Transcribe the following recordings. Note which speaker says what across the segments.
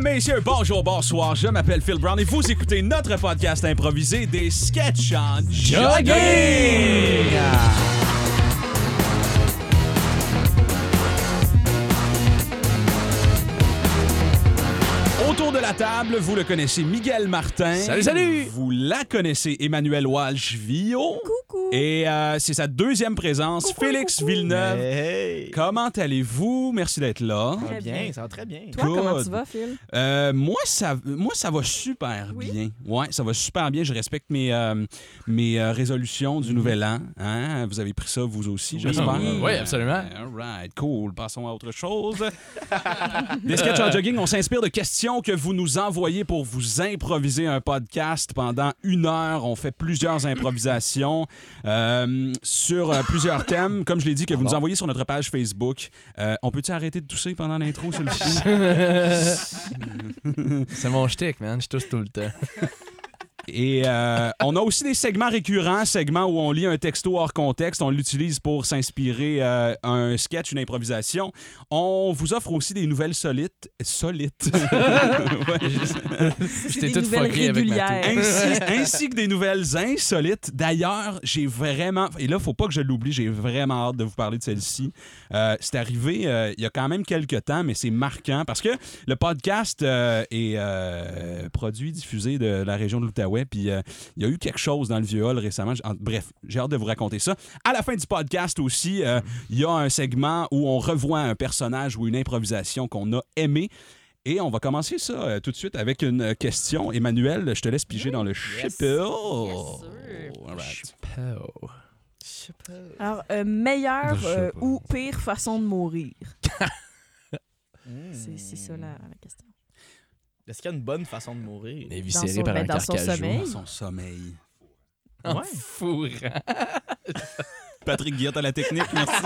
Speaker 1: messieurs, bonjour, bonsoir. Je m'appelle Phil Brown et vous écoutez notre podcast improvisé des sketchs en jogging. Autour de la table, vous le connaissez, Miguel Martin.
Speaker 2: Salut, salut!
Speaker 1: Vous la connaissez, Emmanuel Walsh-Vio.
Speaker 3: Coucou.
Speaker 1: Et euh, c'est sa deuxième présence,
Speaker 3: Coucou,
Speaker 1: Félix
Speaker 3: coucou.
Speaker 1: Villeneuve.
Speaker 2: Hey!
Speaker 1: Comment allez-vous? Merci d'être là.
Speaker 2: Ça va
Speaker 3: Très
Speaker 2: bien,
Speaker 3: bien.
Speaker 2: ça va très bien.
Speaker 3: Toi, comment
Speaker 1: Good.
Speaker 3: tu vas, Phil?
Speaker 1: Euh, moi, ça, moi, ça va super
Speaker 3: Oui?
Speaker 1: bien. Ouais, ça va super bien. Je respecte mes, euh, mes euh, résolutions du nouvel an. Hein? Vous avez pris ça, vous aussi, j'espère.
Speaker 2: Mm-hmm. Oui. Oui, absolument.
Speaker 1: All right, cool. Passons à autre chose. Des sketchs en jogging, on s'inspire de questions que vous nous envoyez pour vous improviser un podcast pendant une heure. On fait plusieurs improvisations euh, sur euh, plusieurs thèmes, comme je l'ai dit, que vous nous envoyez sur notre page Facebook. Euh, on peut-tu arrêter de tousser pendant l'intro, sur le
Speaker 2: C'est mon shtick, man. Je touche tout le temps.
Speaker 1: Et euh, on a aussi des segments récurrents, segments où on lit un texto hors contexte, on l'utilise pour s'inspirer euh, un sketch, une improvisation. On vous offre aussi des nouvelles solites, solites, Ouais.
Speaker 3: C'est
Speaker 2: t'ai
Speaker 3: des
Speaker 2: tout
Speaker 3: nouvelles
Speaker 2: fucké avec ma toux.
Speaker 3: régulières.
Speaker 1: ainsi, ainsi que des nouvelles insolites. D'ailleurs, j'ai vraiment, et là, faut pas que je l'oublie, j'ai vraiment hâte de vous parler de celle-ci. Euh, c'est arrivé euh, il y a quand même quelques temps, mais c'est marquant parce que le podcast euh, est euh, produit, diffusé de la région de l'Outaouais. Puis euh, il y a eu quelque chose dans le vieux hall récemment. J- en- bref, j'ai hâte de vous raconter ça. À la fin du podcast aussi, euh, il y a un segment où on revoit un personnage ou une improvisation qu'on a aimé. Et on va commencer ça euh, tout de suite avec une euh, question. Emmanuel, je te laisse piger dans le Oh!
Speaker 2: Yes.
Speaker 1: chipper. All
Speaker 3: Mmh. Yes,
Speaker 1: right.
Speaker 2: Oh.
Speaker 3: Alors, euh, meilleure
Speaker 2: Je sais
Speaker 3: euh,
Speaker 2: pas.
Speaker 3: ou pire façon de mourir?
Speaker 2: Hmm.
Speaker 4: Hmm.
Speaker 3: C'est c'est ça la, la question.
Speaker 4: Est-ce qu'il y a une bonne façon de mourir?
Speaker 3: Dans
Speaker 2: Éviscéré
Speaker 3: son-
Speaker 2: par un
Speaker 3: ben, dans son
Speaker 2: carcajou.
Speaker 3: sommeil.
Speaker 1: Dans Son sommeil.
Speaker 2: En
Speaker 4: Ouais.
Speaker 2: fourrant.
Speaker 1: Patrick Guillotte à la technique, merci.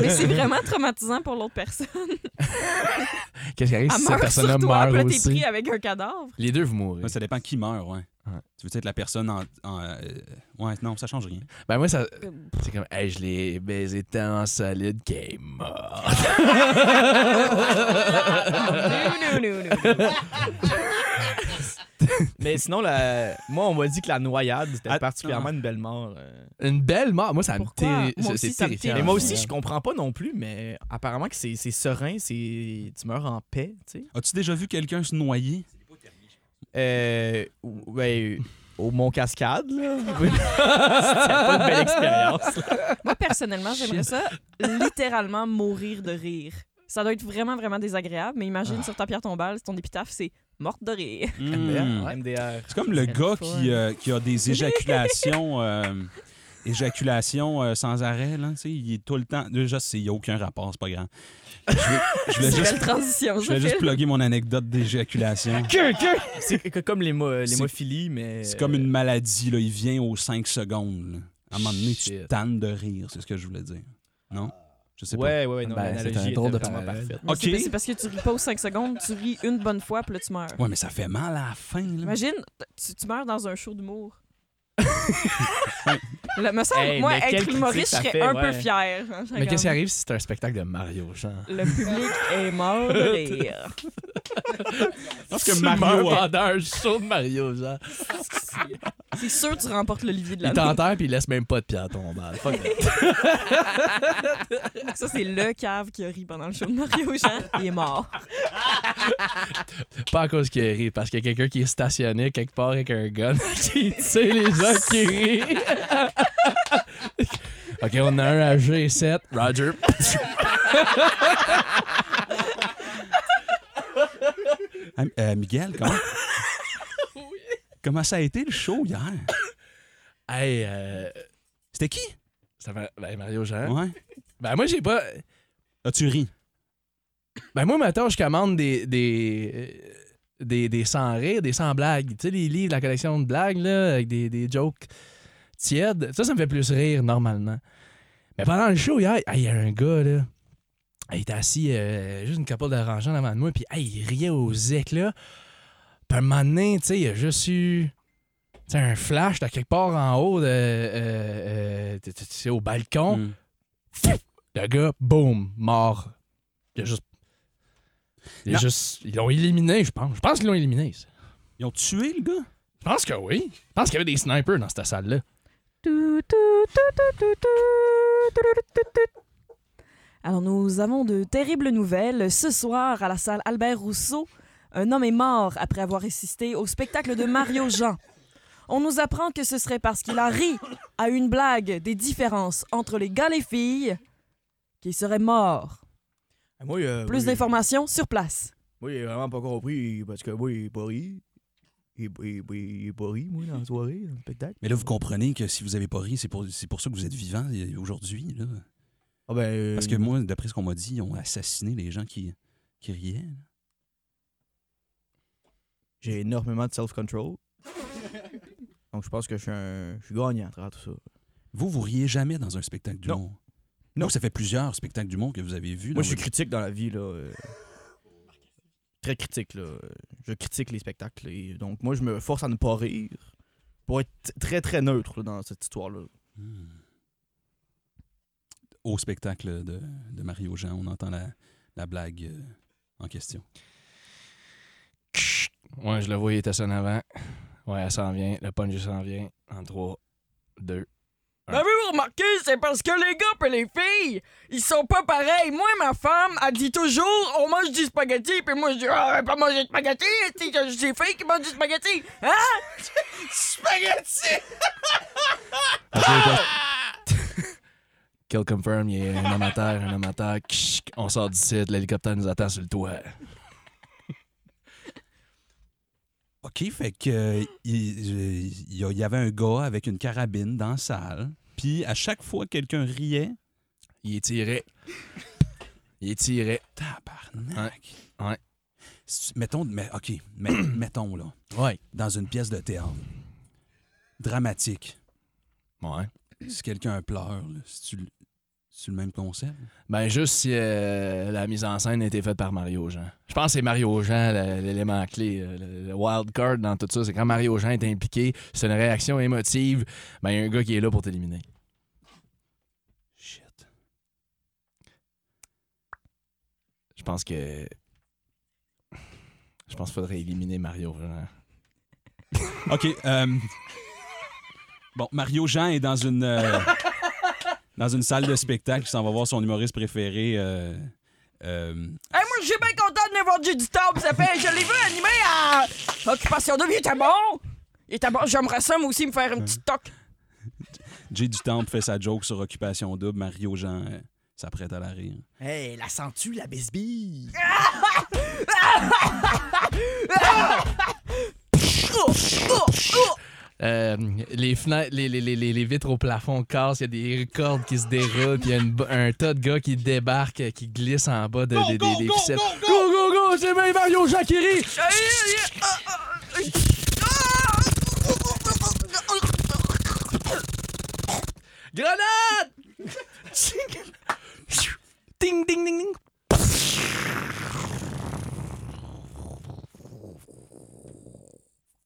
Speaker 3: Mais c'est vraiment traumatisant pour l'autre personne.
Speaker 2: Qu'est-ce qui arrive
Speaker 3: Elle
Speaker 2: si cette
Speaker 3: meurt sur
Speaker 2: personne-là
Speaker 3: toi, après
Speaker 2: meurt
Speaker 3: t'es pris
Speaker 2: aussi?
Speaker 3: avec un cadavre.
Speaker 2: Les deux, vous mourrez.
Speaker 1: Ouais, ça dépend qui meurt, ouais.
Speaker 2: Ouais.
Speaker 1: Tu veux être la personne en. en, euh, ouais, non, ça change rien.
Speaker 2: Ben, moi, ça.
Speaker 3: Euh,
Speaker 2: C'est comme, hey, je l'ai baisé tellement solide qu'elle est morte.
Speaker 3: non, non, non, non.
Speaker 4: Mais sinon, la... moi, on m'a dit que la noyade, c'était
Speaker 1: Ah,
Speaker 4: particulièrement une belle mort. euh.
Speaker 2: Une belle mort. Moi, ça me
Speaker 3: Pourquoi?
Speaker 2: terri-
Speaker 3: Moi
Speaker 2: ça-
Speaker 3: aussi,
Speaker 2: C'est
Speaker 3: ça me
Speaker 2: terrifiant.
Speaker 4: Mais
Speaker 3: Ah,
Speaker 4: moi aussi, je comprends pas non plus, mais apparemment que c'est c'est serein, c'est tu meurs en paix, tu sais.
Speaker 1: As-tu déjà vu quelqu'un se noyer?
Speaker 4: Euh, ou- ben, euh, au Mont Cascade, là. C'était pas une belle expérience. là.
Speaker 3: Moi, personnellement, j'aimerais ça littéralement mourir de rire. Ça doit être vraiment, vraiment désagréable, mais imagine
Speaker 2: Ah.
Speaker 3: sur ta pierre tombale, ton épitaphe, c'est morte de rire.
Speaker 1: Hmm.
Speaker 4: Ouais, MDR.
Speaker 1: C'est comme le
Speaker 3: C'est
Speaker 1: gars
Speaker 3: le Mmh. fun.
Speaker 1: qui, euh, qui a des éjaculations. euh, éjaculations euh, sans arrêt, là. Tu sais, il est tout le temps. Déjà, c'est- il n'y a aucun rapport, c'est pas grand. Je voulais- je voulais
Speaker 3: C'est une
Speaker 1: juste.
Speaker 3: belle transition,
Speaker 1: Je
Speaker 3: ça,
Speaker 1: voulais juste
Speaker 3: Phil.
Speaker 1: plugger mon anecdote d'éjaculation.
Speaker 4: C'est que- comme l'hémo- l'hémophilie, mais. euh,
Speaker 1: C'est comme une maladie, là. Il vient aux 5 secondes. là. À un moment donné, tu te
Speaker 2: Shit.
Speaker 1: tannes de rire, c'est ce que je voulais dire. Non? Je sais pas.
Speaker 4: Ouais, ouais, ouais, non,
Speaker 2: Ben, c'est
Speaker 4: l'analogie
Speaker 2: un drôle
Speaker 4: était
Speaker 2: de
Speaker 4: vraiment
Speaker 2: parallèle.
Speaker 4: parfaite.
Speaker 3: Mais c'est
Speaker 1: Ok.
Speaker 3: pas- C'est parce que tu ris pas aux 5 secondes, tu ris une bonne fois, puis là, tu meurs.
Speaker 1: Ouais, mais ça fait mal à la fin, là.
Speaker 3: Imagine, tu, tu meurs dans un show d'humour. Là, me semble,
Speaker 4: Hey,
Speaker 3: moi,
Speaker 4: mais quelle
Speaker 3: être
Speaker 4: critique
Speaker 3: humoriste, je
Speaker 4: ça
Speaker 3: serais
Speaker 4: fait,
Speaker 3: un
Speaker 4: ouais.
Speaker 3: peu fière. hein,
Speaker 2: Mais qu'est-ce qui
Speaker 3: comme,
Speaker 2: arrive si c'est un spectacle de Mario, genre?
Speaker 3: Le public est mort de rire.
Speaker 1: Je pense que
Speaker 2: Tu
Speaker 1: Mario
Speaker 2: meurs
Speaker 1: a-
Speaker 2: pendant un show de Mario, genre.
Speaker 3: C'est sûr que tu remportes l'Olivier de
Speaker 2: Il
Speaker 3: la
Speaker 2: t'enterre puis il laisse même pas de pierre tombale. Fuck that.
Speaker 3: Ça, c'est le cave qui a ri pendant le show de Mario Jean. Il est mort.
Speaker 2: Pas à cause qu'il rit, parce qu'il y a quelqu'un qui est stationné quelque part avec un gun qui tire les gens qui rient. ok, on a un à G7. Roger.
Speaker 1: Ah, euh, Miguel, comment... comment ça a été le show hier?
Speaker 2: Hey, euh,
Speaker 1: C'était qui?
Speaker 2: ça va- ben Mario
Speaker 4: Hein?
Speaker 2: Jean.
Speaker 1: Ouais.
Speaker 2: Ben moi, j'ai pas.
Speaker 1: As-tu ri?
Speaker 2: Ben moi, maintenant, je commande des. des euh, des, des sans rire, des sans blagues. Tu sais, les livres, la collection de blagues, là, avec des, des jokes tièdes. Ça, ça me fait plus rire, normalement. Mais pendant le show, hier, hey, il y a un gars, là. Il était assis euh, juste une couple de rangées en avant de moi, puis hey, il riait aux zec, là. Puis à un moment donné, tu sais, il y a juste eu tu sais, un flash de quelque part en haut, de, euh, euh, tu tu- tu sais, au balcon.
Speaker 1: Hmm.
Speaker 2: Le gars, boum, mort. Il a juste. Il est
Speaker 1: Non.
Speaker 2: juste- Ils l'ont éliminé, je pense. Je pense qu'ils l'ont éliminé. ça.
Speaker 1: Ils ont tué le gars?
Speaker 2: Je pense que oui. Je pense qu'il y avait des snipers dans cette salle-là.
Speaker 3: Alors, nous avons de terribles nouvelles. Ce soir, à la salle Albert Rousseau, un homme est mort après avoir assisté au spectacle de Mario Jean. On nous apprend que ce serait parce qu'il a ri à une blague des différences entre les gars et les filles qu'il serait mort.
Speaker 4: Moi, euh,
Speaker 3: Plus
Speaker 4: moi,
Speaker 3: d'informations sur place.
Speaker 4: Moi, j'ai vraiment pas compris parce que moi, il est pas ri. Il est- il est- il est pas ri, moi, dans la soirée, dans le spectacle.
Speaker 1: Mais là, vous comprenez que si vous avez pas ri, c'est pour, c'est pour ça que vous êtes vivant euh, aujourd'hui. là.
Speaker 4: Ah ben, euh,
Speaker 1: Parce que moi, d'après ce qu'on m'a dit, ils ont assassiné les gens qui, qui riaient.
Speaker 4: j'ai énormément de self-control. Donc, je pense que je suis, un... je suis gagnant à travers tout ça.
Speaker 1: Vous, vous riez jamais dans un spectacle du
Speaker 4: Non.
Speaker 1: monde.
Speaker 4: Non.
Speaker 1: Non. ça fait plusieurs spectacles du monde que vous avez vus.
Speaker 4: Moi,
Speaker 1: dans
Speaker 4: je suis
Speaker 1: votre-
Speaker 4: critique dans la vie, là. euh, Très critique, là. Je critique les spectacles. et donc, moi, je me force à ne pas rire pour être t- très, très neutre là, dans cette histoire-là.
Speaker 1: Hmm. Au spectacle de, de Mario Jean, on entend la, la blague euh, en question.
Speaker 2: Ouais, je le vois, il était ça en avant. Ouais, elle s'en vient. Le punch il s'en vient. En 3, 2. Ouais.
Speaker 3: Avez-vous remarqué, c'est parce que les gars et les filles, ils sont pas pareils. Moi, ma femme, elle dit toujours, on mange du spaghetti, puis moi, je dis, ah, on va pas manger de spaghetti, tu sais, j'ai des filles qui mangent du spaghetti. Hein?
Speaker 4: Spaghetti!
Speaker 2: Kill confirm, il est un homme à terre, un homme à terre. Ksh, On sort d'ici, l'hélicoptère nous attend sur le toit.
Speaker 1: OK, fait que euh, il, il y a- il y avait un gars avec une carabine dans la salle. Puis à chaque fois que quelqu'un riait,
Speaker 2: Il est tiré. Il est tiré. Hein?
Speaker 1: tabarnak.
Speaker 2: Ouais.
Speaker 1: Si tu- Mettons, mais, OK, mais- mettons là,
Speaker 2: Ouais.
Speaker 1: dans une pièce de théâtre, dramatique,
Speaker 2: Ouais.
Speaker 1: si quelqu'un pleure, là, c'est-tu le- c'est-tu le même concept?
Speaker 2: Ben, juste si euh, la mise en scène a été faite par Mario Jean. Je pense que c'est Mario Jean le- l'élément clé, euh, le, le wild card dans tout ça. C'est quand Mario Jean est impliqué, c'est une réaction émotive, ben, il y a un gars qui est là pour t'éliminer.
Speaker 1: Shit.
Speaker 2: Je pense que. Je pense qu'il faudrait éliminer Mario Jean.
Speaker 1: OK. euh, Bon, Mario Jean est dans une, euh, dans une salle de spectacle. Il s'en va voir son humoriste préféré. euh, euh,
Speaker 3: Hey, moi, je suis bien content de venir voir Judy Staub, ça fait, je l'ai vu animé à Occupation 2, il était bon! Il était bon, j'aimerais ça, moi aussi, me faire une petite toque.
Speaker 1: Jay Dutemple fait sa joke sur Occupation Double. Mario Jean euh, s'apprête à la rire.
Speaker 4: Hey, la sens-tu, la bisbille?
Speaker 2: Euh, les fenêtres, les, les- les- les- les vitres au plafond cassent, il y a des cordes qui se déroulent, puis il y a une bo- un tas de gars qui débarquent, euh, qui glissent en bas de, des- des, des ficelles. Go, go, go, c'est bien Mario Jean qui rit! Grenade! ding, ding, ding, ding.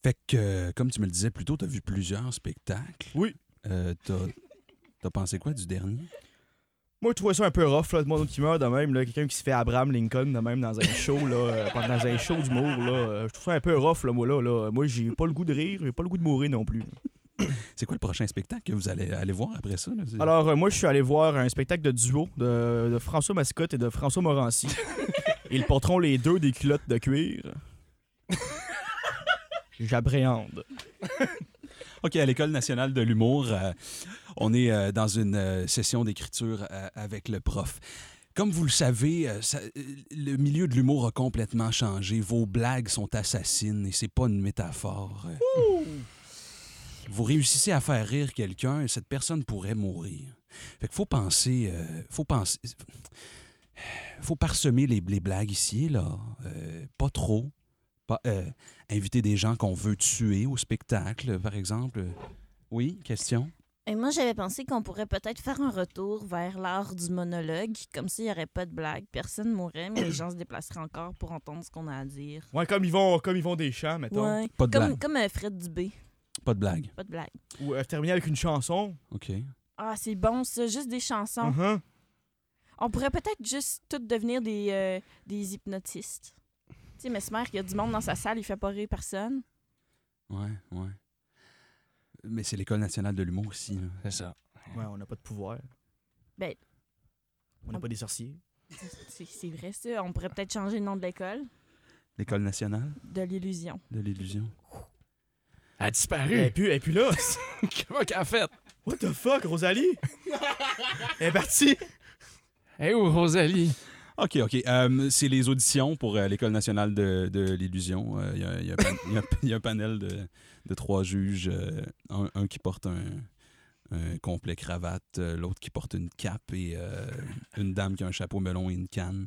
Speaker 1: Fait que, euh, comme tu me le disais plus tôt, t'as vu plusieurs spectacles.
Speaker 4: Oui.
Speaker 1: Euh, t'as, t'as pensé quoi du dernier?
Speaker 4: Moi, je trouvais ça un peu rough, là, de monde qui meurt de même, là, quelqu'un qui se fait Abraham Lincoln de même dans un show, là, euh, pendant- dans un show d'humour, là. euh, Je trouve ça un peu rough, là, moi, là. là. Moi, j'ai pas le goût de rire, j'ai pas le goût de mourir non plus.
Speaker 1: C'est quoi le prochain spectacle que vous allez aller voir après ça? là? C'est-
Speaker 4: Alors, euh, moi, je suis allé voir un spectacle de duo de, de François Mascotte et de François Morancy. Ils porteront les deux des culottes de cuir. J'appréhende.
Speaker 1: OK, à l'École nationale de l'humour, euh, on est euh, dans une euh, session d'écriture euh, avec le prof. Comme vous le savez, euh, ça- euh, le milieu de l'humour a complètement changé. Vos blagues sont assassines et c'est pas une métaphore. Euh, Vous réussissez à faire rire quelqu'un et cette personne pourrait mourir. Fait qu'il faut penser, euh, faut penser, faut parsemer les, les blagues ici et là, Euh, pas trop, pas, euh, inviter des gens qu'on veut tuer au spectacle, par exemple. Oui, question.
Speaker 5: Et moi, j'avais pensé qu'on pourrait peut-être faire un retour vers l'art du monologue, comme s'il n'y aurait pas de blague. Personne mourrait, mais les gens se déplaceraient encore pour entendre ce qu'on a à dire.
Speaker 4: Ouais, comme ils vont, comme ils vont des chants, mettons.
Speaker 5: Ouais.
Speaker 1: Pas de
Speaker 5: Comme,
Speaker 1: blague.
Speaker 5: comme euh, Fred Dubé.
Speaker 1: Pas de blague.
Speaker 5: Pas de blague.
Speaker 4: Ou euh, terminer avec une chanson.
Speaker 1: OK.
Speaker 4: Mhm.
Speaker 5: Ah, c'est bon, ça. Juste des chansons.
Speaker 4: Uh-huh.
Speaker 5: On pourrait peut-être juste tous devenir des, euh, des hypnotistes. Tu sais, Mesmer, il y a du monde dans sa salle, il fait pas rire personne.
Speaker 1: Ouais, ouais. Mais c'est l'École nationale de l'humour aussi. là.
Speaker 2: C'est ça.
Speaker 4: Ouais, on n'a pas de pouvoir.
Speaker 5: Ben-
Speaker 4: On n'est pas des sorciers.
Speaker 5: C'est c'est vrai, ça. On pourrait peut-être changer le nom de l'école.
Speaker 1: L'École nationale
Speaker 5: De l'illusion.
Speaker 1: de l'illusion.
Speaker 2: Elle a
Speaker 4: Et
Speaker 2: disparu.
Speaker 4: puis, et puis là,
Speaker 2: Comment qu'elle a fait?
Speaker 4: what the fuck, Rosalie? Elle est partie.
Speaker 2: Hé, où Rosalie?
Speaker 1: OK, OK. Euh, c'est les auditions pour euh, l'École nationale de, de l'illusion. Euh, Il y a- il y, a un pan- il y a- il y a un panel de, de trois juges. euh, un, un qui porte un, un complet cravate, euh, l'autre qui porte une cape et euh, une dame qui a un chapeau melon et une canne.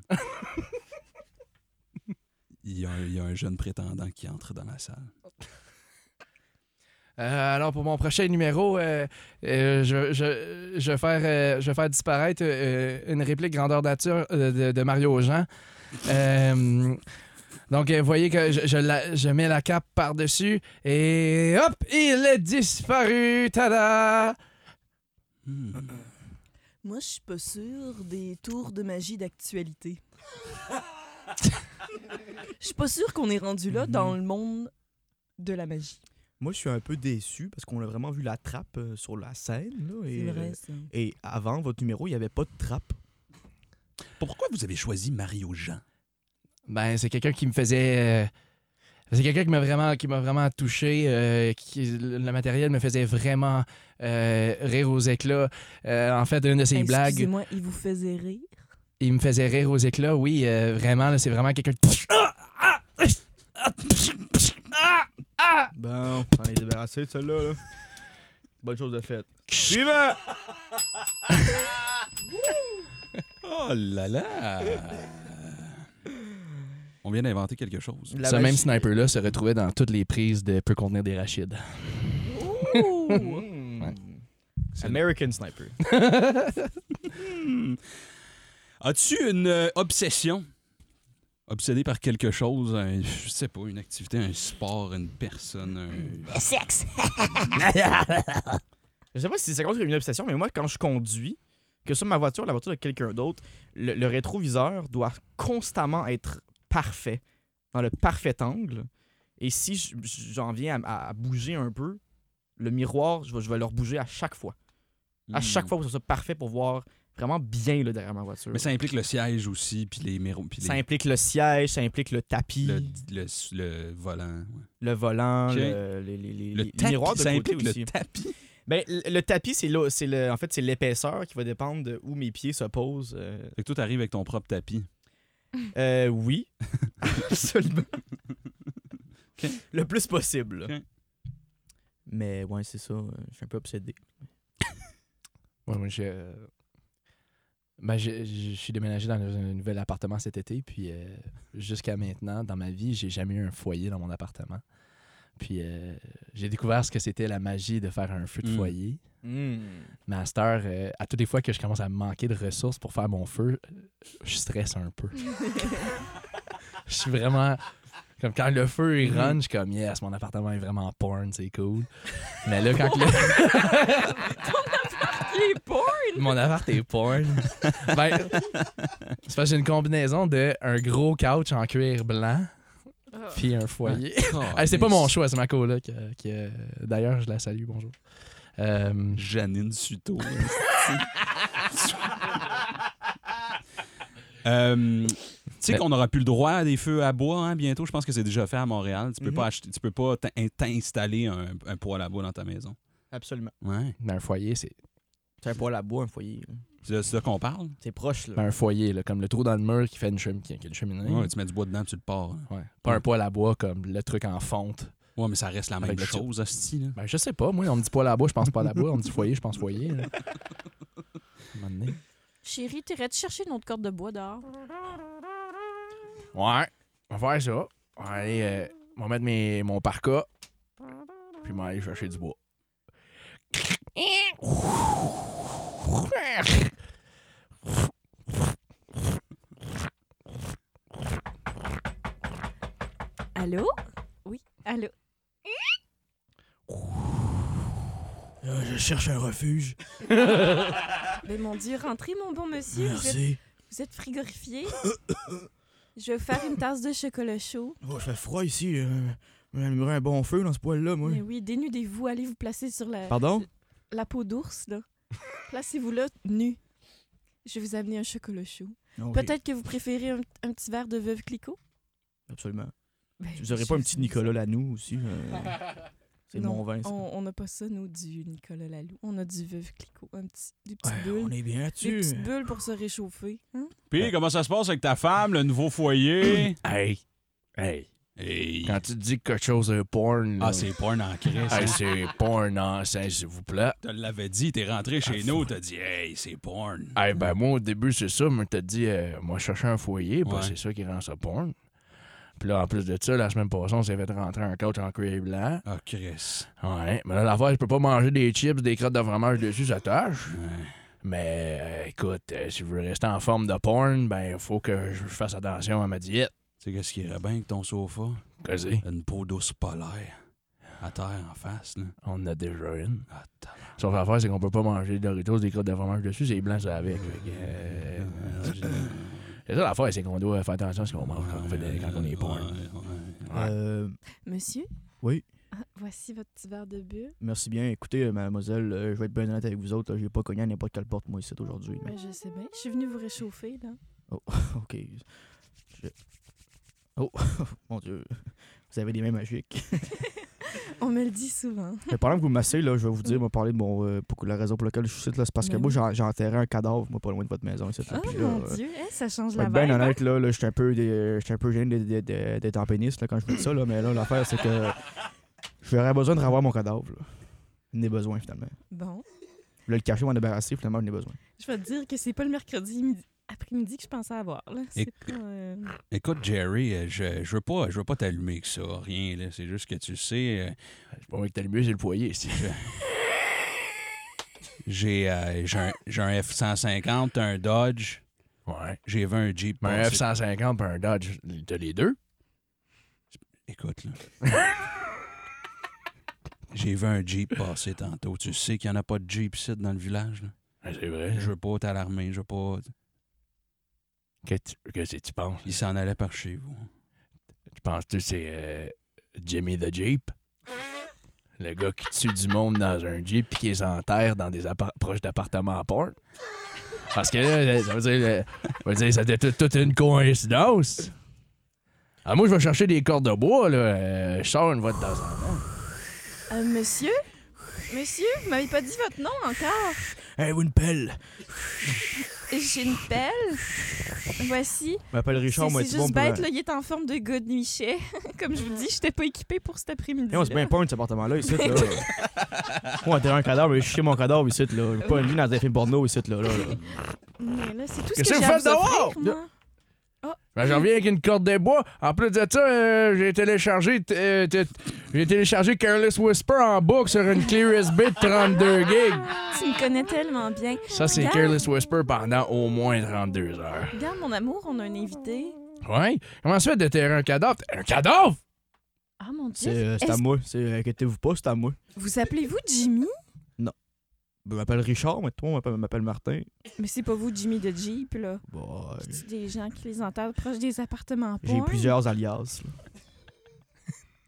Speaker 1: Il y, a un, il y a un jeune prétendant qui entre dans la salle.
Speaker 2: Euh, alors, pour mon prochain numéro, euh, euh, je, je- je vais faire, euh, je vais faire disparaître euh, une réplique grandeur nature euh, de, de Mario Jean. Euh, donc, vous voyez que je, je la- je mets la cape par-dessus et hop, il est disparu. Tada!
Speaker 1: Hmm.
Speaker 3: Moi, je suis pas sûre des tours de magie d'actualité. Je suis pas sûre qu'on est rendu là dans le monde de la magie.
Speaker 4: Moi, je suis un peu déçu parce qu'on a vraiment vu la trappe euh, sur la scène. là, et, euh,
Speaker 3: ça.
Speaker 4: et avant votre numéro, il n'y avait pas de trappe.
Speaker 1: Pourquoi vous avez choisi Mario Jean?
Speaker 2: Ben, c'est quelqu'un qui me faisait. euh, c'est quelqu'un qui m'a vraiment, qui m'a vraiment touché. euh, qui, le matériel me faisait vraiment euh, rire aux éclats. Euh, en fait, une de ses blagues.
Speaker 3: Excusez-moi, il vous faisait rire.
Speaker 2: Il me faisait rire aux éclats, oui, euh, vraiment, là, c'est vraiment quelqu'un de... Ah! Ah! Ah! Ah! Ah!
Speaker 4: Bon, Ben, on est débarrassé de celle-là. là. Bonne chose de faite. Suivant!
Speaker 1: Oh là là! On vient d'inventer quelque chose.
Speaker 4: La
Speaker 2: Ce
Speaker 4: magie-
Speaker 2: même sniper-là se retrouvait dans toutes les prises de Peut contenir des rachides.
Speaker 4: Mmh. American Sniper.
Speaker 1: As-tu une euh, obsession? Obsédé par quelque chose, un- je sais pas, une activité, un sport, une personne. un-
Speaker 5: sexe!
Speaker 4: Je sais pas si ça compte comme une obsession, mais moi, quand je conduis, que ce soit ma voiture ou la voiture de quelqu'un d'autre, le, le rétroviseur doit constamment être parfait, dans le parfait angle. Et si je- j'en viens à, à bouger un peu, le miroir, je vais, je vais le rebouger à chaque fois.
Speaker 1: Hmm.
Speaker 4: À chaque fois pour que ce soit parfait pour voir vraiment bien là, derrière ma voiture.
Speaker 1: Mais ça implique le siège aussi, puis les miro- puis les-
Speaker 4: Ça implique le siège, ça implique le tapis,
Speaker 1: le,
Speaker 4: le,
Speaker 1: le- le volant. ouais.
Speaker 4: volant,
Speaker 1: Ok.
Speaker 4: le, les, les- les-
Speaker 1: Le
Speaker 4: les
Speaker 1: tapis,
Speaker 4: miroirs de
Speaker 1: ça
Speaker 4: côté
Speaker 1: implique le
Speaker 4: aussi.
Speaker 1: tapis.
Speaker 4: Ben, le, le tapis, c'est l'eau- c'est le, en fait, c'est l'épaisseur qui va dépendre de où mes pieds se posent. euh,
Speaker 1: Fait que toi, t'arrives avec ton propre tapis.
Speaker 4: Euh, oui. Absolument. Le plus possible. là.
Speaker 1: Ok.
Speaker 4: Mais ouais, c'est ça. euh, Je suis un peu obsédé.
Speaker 2: Ouais, moi, j'ai... euh, Ben, j'ai- je suis déménagé dans un nouvel appartement cet été, puis euh, jusqu'à maintenant, dans ma vie, j'ai jamais eu un foyer dans mon appartement. Puis euh, j'ai découvert ce que c'était la magie de faire un feu de
Speaker 1: Mm.
Speaker 2: foyer. Mais à cette heure, euh, à toutes les fois que je commence à me manquer de ressources pour faire mon feu, euh, je stresse un peu. je suis vraiment. Comme quand le feu il run, je suis comme yes, mon appartement est vraiment porn, c'est cool. Mais là, quand que le-
Speaker 3: Il est pas!
Speaker 2: mon appart est porn, ben, c'est parce que j'ai une combinaison de un gros couch en cuir blanc
Speaker 5: Oh.
Speaker 2: puis un foyer. Ah, c'est pas mon choix, c'est ma coloc. euh, qui, euh, D'ailleurs, je la salue, bonjour. Euh,
Speaker 1: Janine Suto. Euh, tu sais
Speaker 2: Mais-
Speaker 1: qu'on n'aura plus le droit à des feux à bois hein, bientôt. Je pense que c'est déjà fait à Montréal. Tu peux
Speaker 4: Mhm.
Speaker 1: pas acheter, tu peux pas t'in- t'installer un, un poêle à bois dans ta maison.
Speaker 4: Absolument.
Speaker 1: Ouais.
Speaker 2: mais un foyer, c'est
Speaker 4: C'est un poêle à bois, un foyer. là.
Speaker 1: C'est de ça qu'on parle.
Speaker 4: C'est proche, là.
Speaker 2: Ben, un foyer, là, comme le trou dans le mur qui fait une, chemi- qui- qui a une cheminée.
Speaker 1: Ouais, tu mets du bois dedans, tu le pars. hein.
Speaker 2: Ouais. Pas un poêle à bois comme le truc en fonte.
Speaker 1: Ouais, mais ça reste la même
Speaker 2: Avec le
Speaker 1: chose, hostie. là.
Speaker 2: Ben, je sais pas, moi, on me dit poêle à bois, je pense pas à la bois. On me dit foyer, je pense foyer. là. À un moment donné.
Speaker 5: Chérie, t'irais-tu chercher une autre corde de bois dehors?
Speaker 2: Ouais, on va faire ça. On va aller, euh, on va mettre mes, mon parka, puis on va aller chercher du bois.
Speaker 3: Allô?
Speaker 5: Allô?
Speaker 4: Euh, je cherche un refuge.
Speaker 3: Mais mon Dieu, rentrez, mon bon monsieur. Vous êtes, vous êtes frigorifié. Je vais vous faire une tasse de chocolat chaud.
Speaker 4: Oh, je fais froid ici. Euh, je vais allumer un bon feu dans ce poêle-là, moi.
Speaker 3: Mais oui, dénudez-vous, allez vous placer sur la,
Speaker 4: Pardon?
Speaker 3: la peau d'ours, là. Placez-vous là, nu. Je vais vous amener un chocolat chaud.
Speaker 4: Non, j'ai-
Speaker 3: Peut-être que vous préférez un, un petit verre de veuve Clicquot?
Speaker 4: Absolument.
Speaker 3: Ben,
Speaker 4: Vous aurez pas un petit
Speaker 3: je-
Speaker 4: Nicolas Lanou aussi? euh, C'est
Speaker 3: Non,
Speaker 4: mon vin, ça.
Speaker 3: On on n'a pas ça, nous, du Nicolas Lalou. On a du veuve Clicquot. Un petit, des petites
Speaker 4: Ouais,
Speaker 3: bulles.
Speaker 4: on est bien
Speaker 3: Des
Speaker 4: là-dessus.
Speaker 3: petites bulles pour se réchauffer. hein?
Speaker 1: Puis, comment ça se passe avec ta femme, le nouveau foyer?
Speaker 2: Hey. Hey.
Speaker 1: Hey.
Speaker 2: Quand tu dis quelque chose de porn. là,
Speaker 1: Ah, c'est pas un encré, ça.
Speaker 2: Hey, c'est porn, hein, ça, s'il vous plaît.
Speaker 1: Tu l'avais dit, t'es rentré chez nous, t'as dit, hey, c'est porn.
Speaker 2: Eh ben moi au début c'est ça, mais t'as dit euh, moi chercher un foyer, ben,
Speaker 1: Ouais.
Speaker 2: c'est ça qui rend ça porn. Puis là, en plus de ça, la semaine passée, on s'est fait rentrer un coach en cuir blanc.
Speaker 1: Ah, Chris.
Speaker 2: Ouais. Mais là, l'affaire, je peux pas manger des chips, des crottes de fromage dessus, ça tâche. Mais euh, écoute, euh, si je veux rester en forme de porn, ben il faut que je fasse attention à ma diète.
Speaker 1: Tu sais, qu'est-ce qui irait bien avec ton sofa?
Speaker 2: Vas-y.
Speaker 1: Une peau d'ours polaire. À terre, en face, là.
Speaker 2: On en a déjà une.
Speaker 1: Ah, tabarnak.
Speaker 2: Sauf l'affaire, c'est qu'on peut pas manger des Doritos, des crottes de fromage dessus, c'est blanc, ça avec. Fait que, euh, c'est ça l'affaire, c'est qu'on doit faire attention à ce qu'on mange quand on, fait des- quand on est porn.
Speaker 1: Ouais, ouais.
Speaker 4: Euh,
Speaker 3: Monsieur?
Speaker 4: Oui.
Speaker 3: Ah, voici votre petit verre de bulle.
Speaker 4: merci bien. Écoutez, euh, mademoiselle, euh, je vais être bien honnête avec vous autres. là, J'ai pas cogné à n'importe quelle porte, moi, ici, aujourd'hui. mais-
Speaker 3: Ben, je sais bien. Je suis venue vous réchauffer, là.
Speaker 4: OK. Je- Oh, mon Dieu. Vous avez des mains magiques.
Speaker 3: On me le dit souvent.
Speaker 4: Mais pendant que vous massez, là, je vais vous dire, moi, parler de mon, euh, pour la raison pour laquelle je suis ici, là, c'est parce que
Speaker 3: Ben
Speaker 4: moi,
Speaker 3: oui.
Speaker 4: j'ai j'ai enterré un cadavre, moi, pas loin de votre maison. Ici, là,
Speaker 3: Oh
Speaker 4: puis là,
Speaker 3: mon
Speaker 4: euh,
Speaker 3: Dieu, hein, ça change
Speaker 4: Pour
Speaker 3: la
Speaker 4: être
Speaker 3: vibe.
Speaker 4: bien
Speaker 3: hein?
Speaker 4: honnête, là, là, j'étais un peu, dé- j'étais un peu gêné d'être- d'être d'être en pénis là, quand je vous dis ça, là, mais là, l'affaire, c'est que j'aurais besoin de revoir mon cadavre. Là. J'en ai besoin, finalement.
Speaker 3: Bon,
Speaker 4: Je voulais le cacher, m'en débarrasser, finalement, j'en ai besoin.
Speaker 3: je vais te dire que c'est pas le mercredi midi- après-midi que je pensais avoir. Là. C'est
Speaker 1: Et-
Speaker 3: pas, euh,
Speaker 1: Écoute, Jerry, euh, je, je veux pas, je veux pas t'allumer que ça, rien, là. C'est juste que tu sais, euh,
Speaker 2: C'est pas moi qui t'allume mieux, c'est le foyer ici.
Speaker 1: j'ai euh, j'ai un, j'ai un F-150, un Dodge,
Speaker 2: Ouais.
Speaker 1: j'ai vu un Jeep.
Speaker 2: Mais un
Speaker 1: passer.
Speaker 2: F-150 et un Dodge, t'as les deux.
Speaker 1: Écoute, là. j'ai vu un Jeep passer tantôt. Tu sais qu'il y en a pas de Jeep ici dans le village, là.
Speaker 2: Ouais, c'est vrai.
Speaker 1: Je veux pas t'alarmer, je veux pas...
Speaker 2: Qu'est-ce que tu- qu'est-ce que tu penses?
Speaker 1: Il s'en allait par chez vous.
Speaker 2: Tu penses-tu que c'est euh, Jimmy the Jeep? Le gars qui tue du monde dans un Jeep puis qui les enterre dans des appar- proches d'appartements à port? Parce que là, ça veut dire, euh, ça veut dire, ça était tout- toute une coïncidence. Ah, moi, je vais chercher des cordes de bois, là. euh, je sors une voix de temps en temps.
Speaker 3: euh, monsieur? Monsieur, vous m'avez pas dit votre nom encore.
Speaker 4: Hey, vous une pelle!
Speaker 3: J'ai une pelle. Voici.
Speaker 4: Je m'appelle Richard,
Speaker 3: C'est-
Speaker 4: moi,
Speaker 3: c'est
Speaker 4: tu bon
Speaker 3: juste
Speaker 4: pour un-
Speaker 3: bête, là, il est en forme de God Michet. Comme je vous dis, j'étais pas équipée pour cet après-midi.
Speaker 4: Eh, on se bien pas un de cet appartement-là, ici, là. Moi, enterrer un cadavre, je chier mon cadavre, ici, là. J'ai pas une vie dans un film porno, ici, là. là, là.
Speaker 3: Mais là, c'est tout ce que
Speaker 2: Qu'est-ce que vous
Speaker 3: j'ai à
Speaker 2: faites
Speaker 3: vous offrir,
Speaker 2: dehors?
Speaker 3: moi.
Speaker 2: Ben, j'en reviens avec une corde de bois. En plus de ça, euh, j'ai téléchargé, t- euh, t- j'ai téléchargé Careless Whisper en boucle sur une clé USB de 32 gigs.
Speaker 3: Tu me connais tellement bien.
Speaker 2: Ça, c'est Careless Whisper pendant au moins 32 heures.
Speaker 3: Regarde, mon amour, on a un invité.
Speaker 2: Ouais? Comment ça fait de terrer un cadavre? Un cadavre?
Speaker 3: Ah, mon Dieu.
Speaker 4: C'est euh, c'est à
Speaker 3: Est-ce-
Speaker 4: moi. C'est, euh, inquiétez-vous pas, c'est à moi.
Speaker 3: Vous appelez-vous Jimmy?
Speaker 4: Je m'appelle Richard, mais toi, on m'appelle- m'appelle Martin.
Speaker 3: Mais c'est pas vous, Jimmy de Jeep, là.
Speaker 4: Bon, euh,
Speaker 3: C'est des gens qui les enterrent proche des appartements
Speaker 4: j'ai
Speaker 3: point,
Speaker 4: plusieurs alias. là.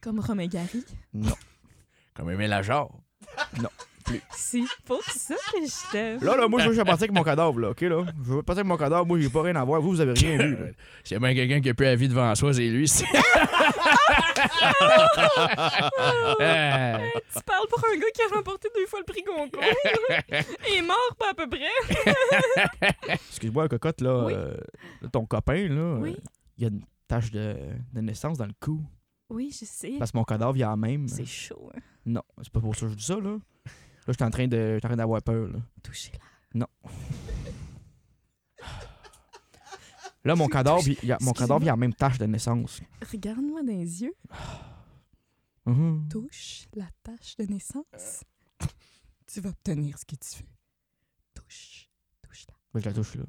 Speaker 3: Comme Romain Gary.
Speaker 4: Non.
Speaker 2: Comme Émile Lajar.
Speaker 3: C'est pour ça que je t'aime.
Speaker 4: Là, là, moi, je veux partir avec mon cadavre, là, OK, là? Je veux partir avec mon cadavre. Moi, j'ai pas rien à voir. Vous, vous avez rien vu, là.
Speaker 2: S'il y a bien quelqu'un qui a plus la vie devant soi, c'est lui. c'est- Euh,
Speaker 3: Oh! Tu parles pour un gars qui a remporté deux fois le prix Goncourt. Et est mort, pas à peu près.
Speaker 4: Excuse-moi, cocotte, là,
Speaker 3: Oui.
Speaker 4: euh, là, ton copain, là,
Speaker 3: Oui.
Speaker 4: euh, il y a une tache de, de naissance dans le cou.
Speaker 3: Oui, je sais.
Speaker 4: Parce que mon cadavre, il y a la même.
Speaker 3: C'est chaud, hein.
Speaker 4: Non, c'est pas pour ça que je dis ça, là. Là, je suis en train de, j'étais en train d'avoir peur, là.
Speaker 3: Touché là.
Speaker 4: Là, mon cadavre, il y a, mon
Speaker 3: Excuse-moi.
Speaker 4: cadavre, il y a la même tache de naissance.
Speaker 3: Regarde-moi dans les yeux.
Speaker 4: Mhm.
Speaker 3: Touche la tâche de naissance. Tu vas obtenir ce que tu veux. Touche. Touche la.
Speaker 4: Ouais, Ben, je la touche, là.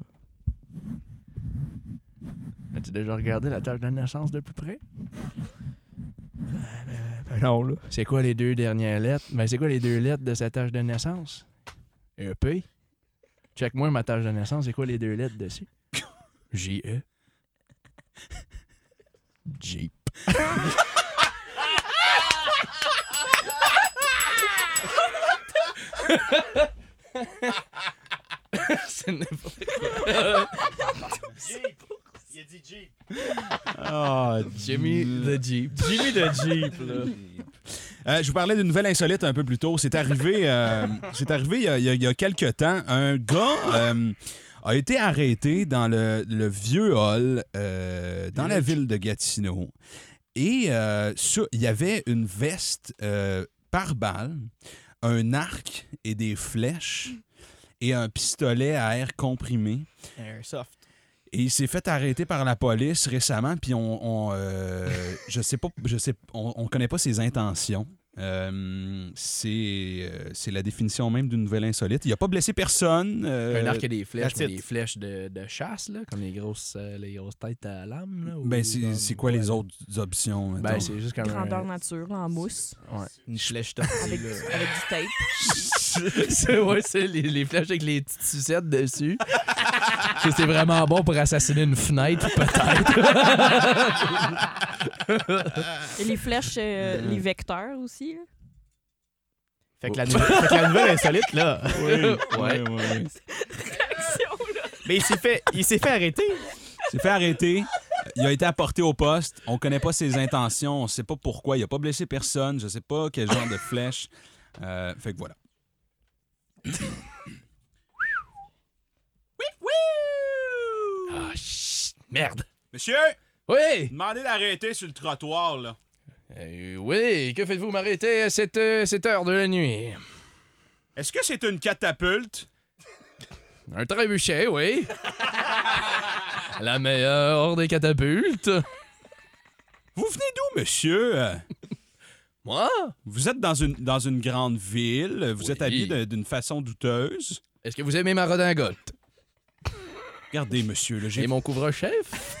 Speaker 2: As-tu déjà regardé la tâche de naissance de plus près?
Speaker 4: Ben non, là.
Speaker 2: C'est quoi les deux dernières lettres? Ben, c'est quoi les deux lettres de sa tâche de naissance? EP. E Check-moi ma tâche de naissance, c'est quoi les deux lettres dessus? J-E. Jeep. c'est n'importe
Speaker 6: Il a dit Jeep.
Speaker 1: Ah,
Speaker 2: Jimmy the Jeep.
Speaker 4: Jimmy de Jeep, là.
Speaker 1: Euh, je vous parlais d'une nouvelle insolite un peu plus tôt. C'est arrivé, euh, c'est arrivé il y, a, il y a- il y a quelques temps. Un gars euh, a été arrêté dans le, le vieux hall euh, dans la ville de Gatineau. Et euh, sur- il y avait une veste euh, par balle, un arc et des flèches et un pistolet à air comprimé.
Speaker 4: Airsoft.
Speaker 1: Et il s'est fait arrêter par la police récemment, puis on, on, euh, je sais pas, je sais, on, on connaît pas ses intentions. Euh, c'est euh, c'est la définition même d'une nouvelle insolite. Il a pas blessé personne. euh,
Speaker 2: Un arc et des flèches,
Speaker 4: that's
Speaker 2: mais
Speaker 4: it.
Speaker 2: des flèches de, de chasse, là, comme les grosses, euh, les grosses têtes à lame. Là, ou
Speaker 1: ben c'est
Speaker 2: comme-
Speaker 1: c'est quoi les
Speaker 2: Ouais.
Speaker 1: autres options mettons?
Speaker 2: Ben, c'est juste comme un-
Speaker 3: Grandeur nature, là, en mousse,
Speaker 2: Ouais.
Speaker 4: Une flèche tortillée,
Speaker 3: avec,
Speaker 4: là.
Speaker 3: avec du tape.
Speaker 2: c'est ouais, c'est les, les flèches avec les petites sucettes dessus. C'est- c'est vraiment bon pour assassiner une fenêtre, peut-être.
Speaker 3: Et les flèches, euh, les vecteurs aussi. là.
Speaker 4: Fait que, la nouvelle, fait que la nouvelle insolite, là.
Speaker 1: Ouais, ouais, ouais.
Speaker 4: Mais il s'est fait, il s'est fait arrêter.
Speaker 1: Il s'est fait arrêter. Il a été apporté au poste. On connaît pas ses intentions. On sait pas pourquoi. Il a pas blessé personne. Je sais pas quel genre de flèche. Euh, fait que voilà.
Speaker 2: Ah, chut, merde.
Speaker 6: Monsieur,
Speaker 2: Oui!
Speaker 6: demandez d'arrêter sur le trottoir, là.
Speaker 2: Euh, oui, que faites-vous m'arrêter à cette, euh, cette heure de la nuit?
Speaker 6: Est-ce que c'est une catapulte?
Speaker 2: Un trébuchet, oui. la meilleure des catapultes.
Speaker 1: Vous venez d'où, monsieur? Euh,
Speaker 2: Moi?
Speaker 1: Vous êtes dans une, dans une grande ville, vous
Speaker 2: Oui.
Speaker 1: êtes habillé de- d'une façon douteuse.
Speaker 2: Est-ce que vous aimez ma redingote?
Speaker 1: Regardez, monsieur, là, j'ai
Speaker 2: Et mon couvre-chef?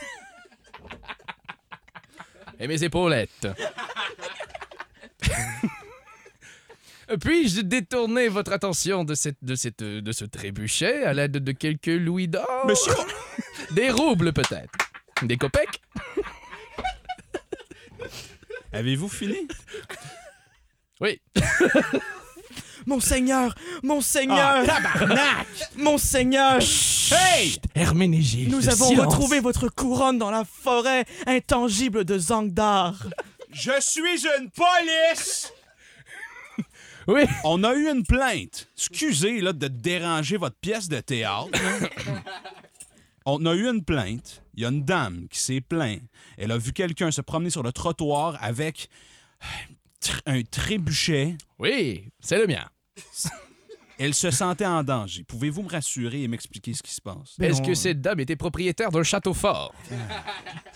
Speaker 2: Et mes épaulettes? Puis-je détourner votre attention de, cette, de, cette, euh, de ce trébuchet à l'aide de quelques louis d'or?
Speaker 1: Monsieur,
Speaker 2: Des roubles, peut-être. Des copecs?
Speaker 1: avez-vous fini?
Speaker 2: Oui.
Speaker 4: Mon Seigneur! Mon Seigneur! Ah, tabarnak! Mon Seigneur! Hey!
Speaker 2: Herménégile.
Speaker 4: Nous
Speaker 2: de
Speaker 4: avons
Speaker 2: science.
Speaker 4: retrouvé votre couronne dans la forêt intangible de Zangdar.
Speaker 6: Je suis une police!
Speaker 2: Oui.
Speaker 1: On a eu une plainte. Excusez là, de déranger votre pièce de théâtre. là. On a eu une plainte. Il y a une dame qui s'est plainte. Elle a vu quelqu'un se promener sur le trottoir avec tr- un trébuchet.
Speaker 2: Oui, c'est le mien.
Speaker 1: Elle se sentait en danger. Pouvez-vous me rassurer et m'expliquer ce qui se passe?
Speaker 4: Mais
Speaker 2: Est-ce
Speaker 4: non.
Speaker 2: que cette dame était propriétaire d'un château fort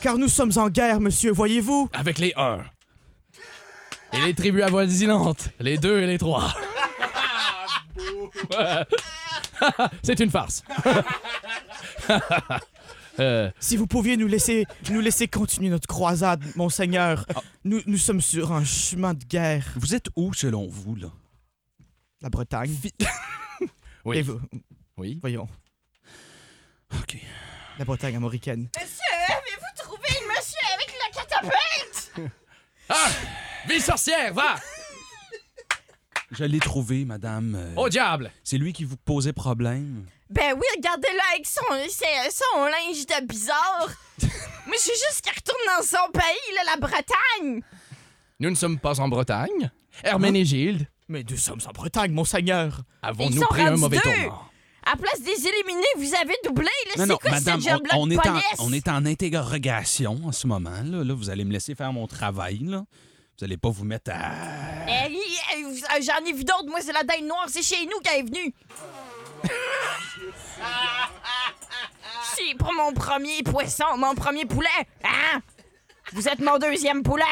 Speaker 4: Car nous sommes en guerre, monsieur, voyez-vous?
Speaker 2: avec les 1 et les tribus avoisinantes, les 2 et les 3 C'est une farce. Euh,
Speaker 4: Si vous pouviez nous laisser, nous laisser continuer notre croisade, mon Seigneur. Nous, nous sommes sur un chemin de guerre.
Speaker 1: Vous êtes où, selon vous, là?
Speaker 4: La Bretagne. Et
Speaker 2: oui.
Speaker 4: vous-
Speaker 2: Oui.
Speaker 4: voyons,
Speaker 1: OK.
Speaker 4: la Bretagne américaine.
Speaker 5: Trouver le monsieur avec la catapulte!
Speaker 2: Ah! Ville sorcière, va!
Speaker 1: Je l'ai trouvé, madame. Euh,
Speaker 2: Au diable!
Speaker 1: C'est lui qui vous posait problème.
Speaker 5: Ben oui, regardez-le avec son, ses- son linge de bizarre! Mais je veux juste qu'il retourne dans son pays, là, la Bretagne!
Speaker 2: Nous ne sommes pas en Bretagne. Herménégilde,
Speaker 4: Mais nous sommes en Bretagne, mon Seigneur.
Speaker 5: Ils
Speaker 2: avons-nous
Speaker 5: sont
Speaker 2: pris un
Speaker 5: rendus
Speaker 2: mauvais
Speaker 5: deux.
Speaker 2: tournant?
Speaker 5: À place des éliminés, vous avez doublé, là! C'est quoi
Speaker 1: madame,
Speaker 5: ce job-là
Speaker 1: on, on
Speaker 5: de
Speaker 1: est en,
Speaker 5: police?
Speaker 1: on est en interrogation en ce moment. Là. Là, vous allez me laisser faire mon travail. Là. Vous allez pas vous mettre à.
Speaker 5: Eh, oui, eh, vous- euh, J'en ai vu d'autres, moi, c'est la dinde noire, c'est chez nous qu'elle est venue! c'est pour mon premier poisson, mon premier poulet! Hein? Vous êtes mon deuxième poulet!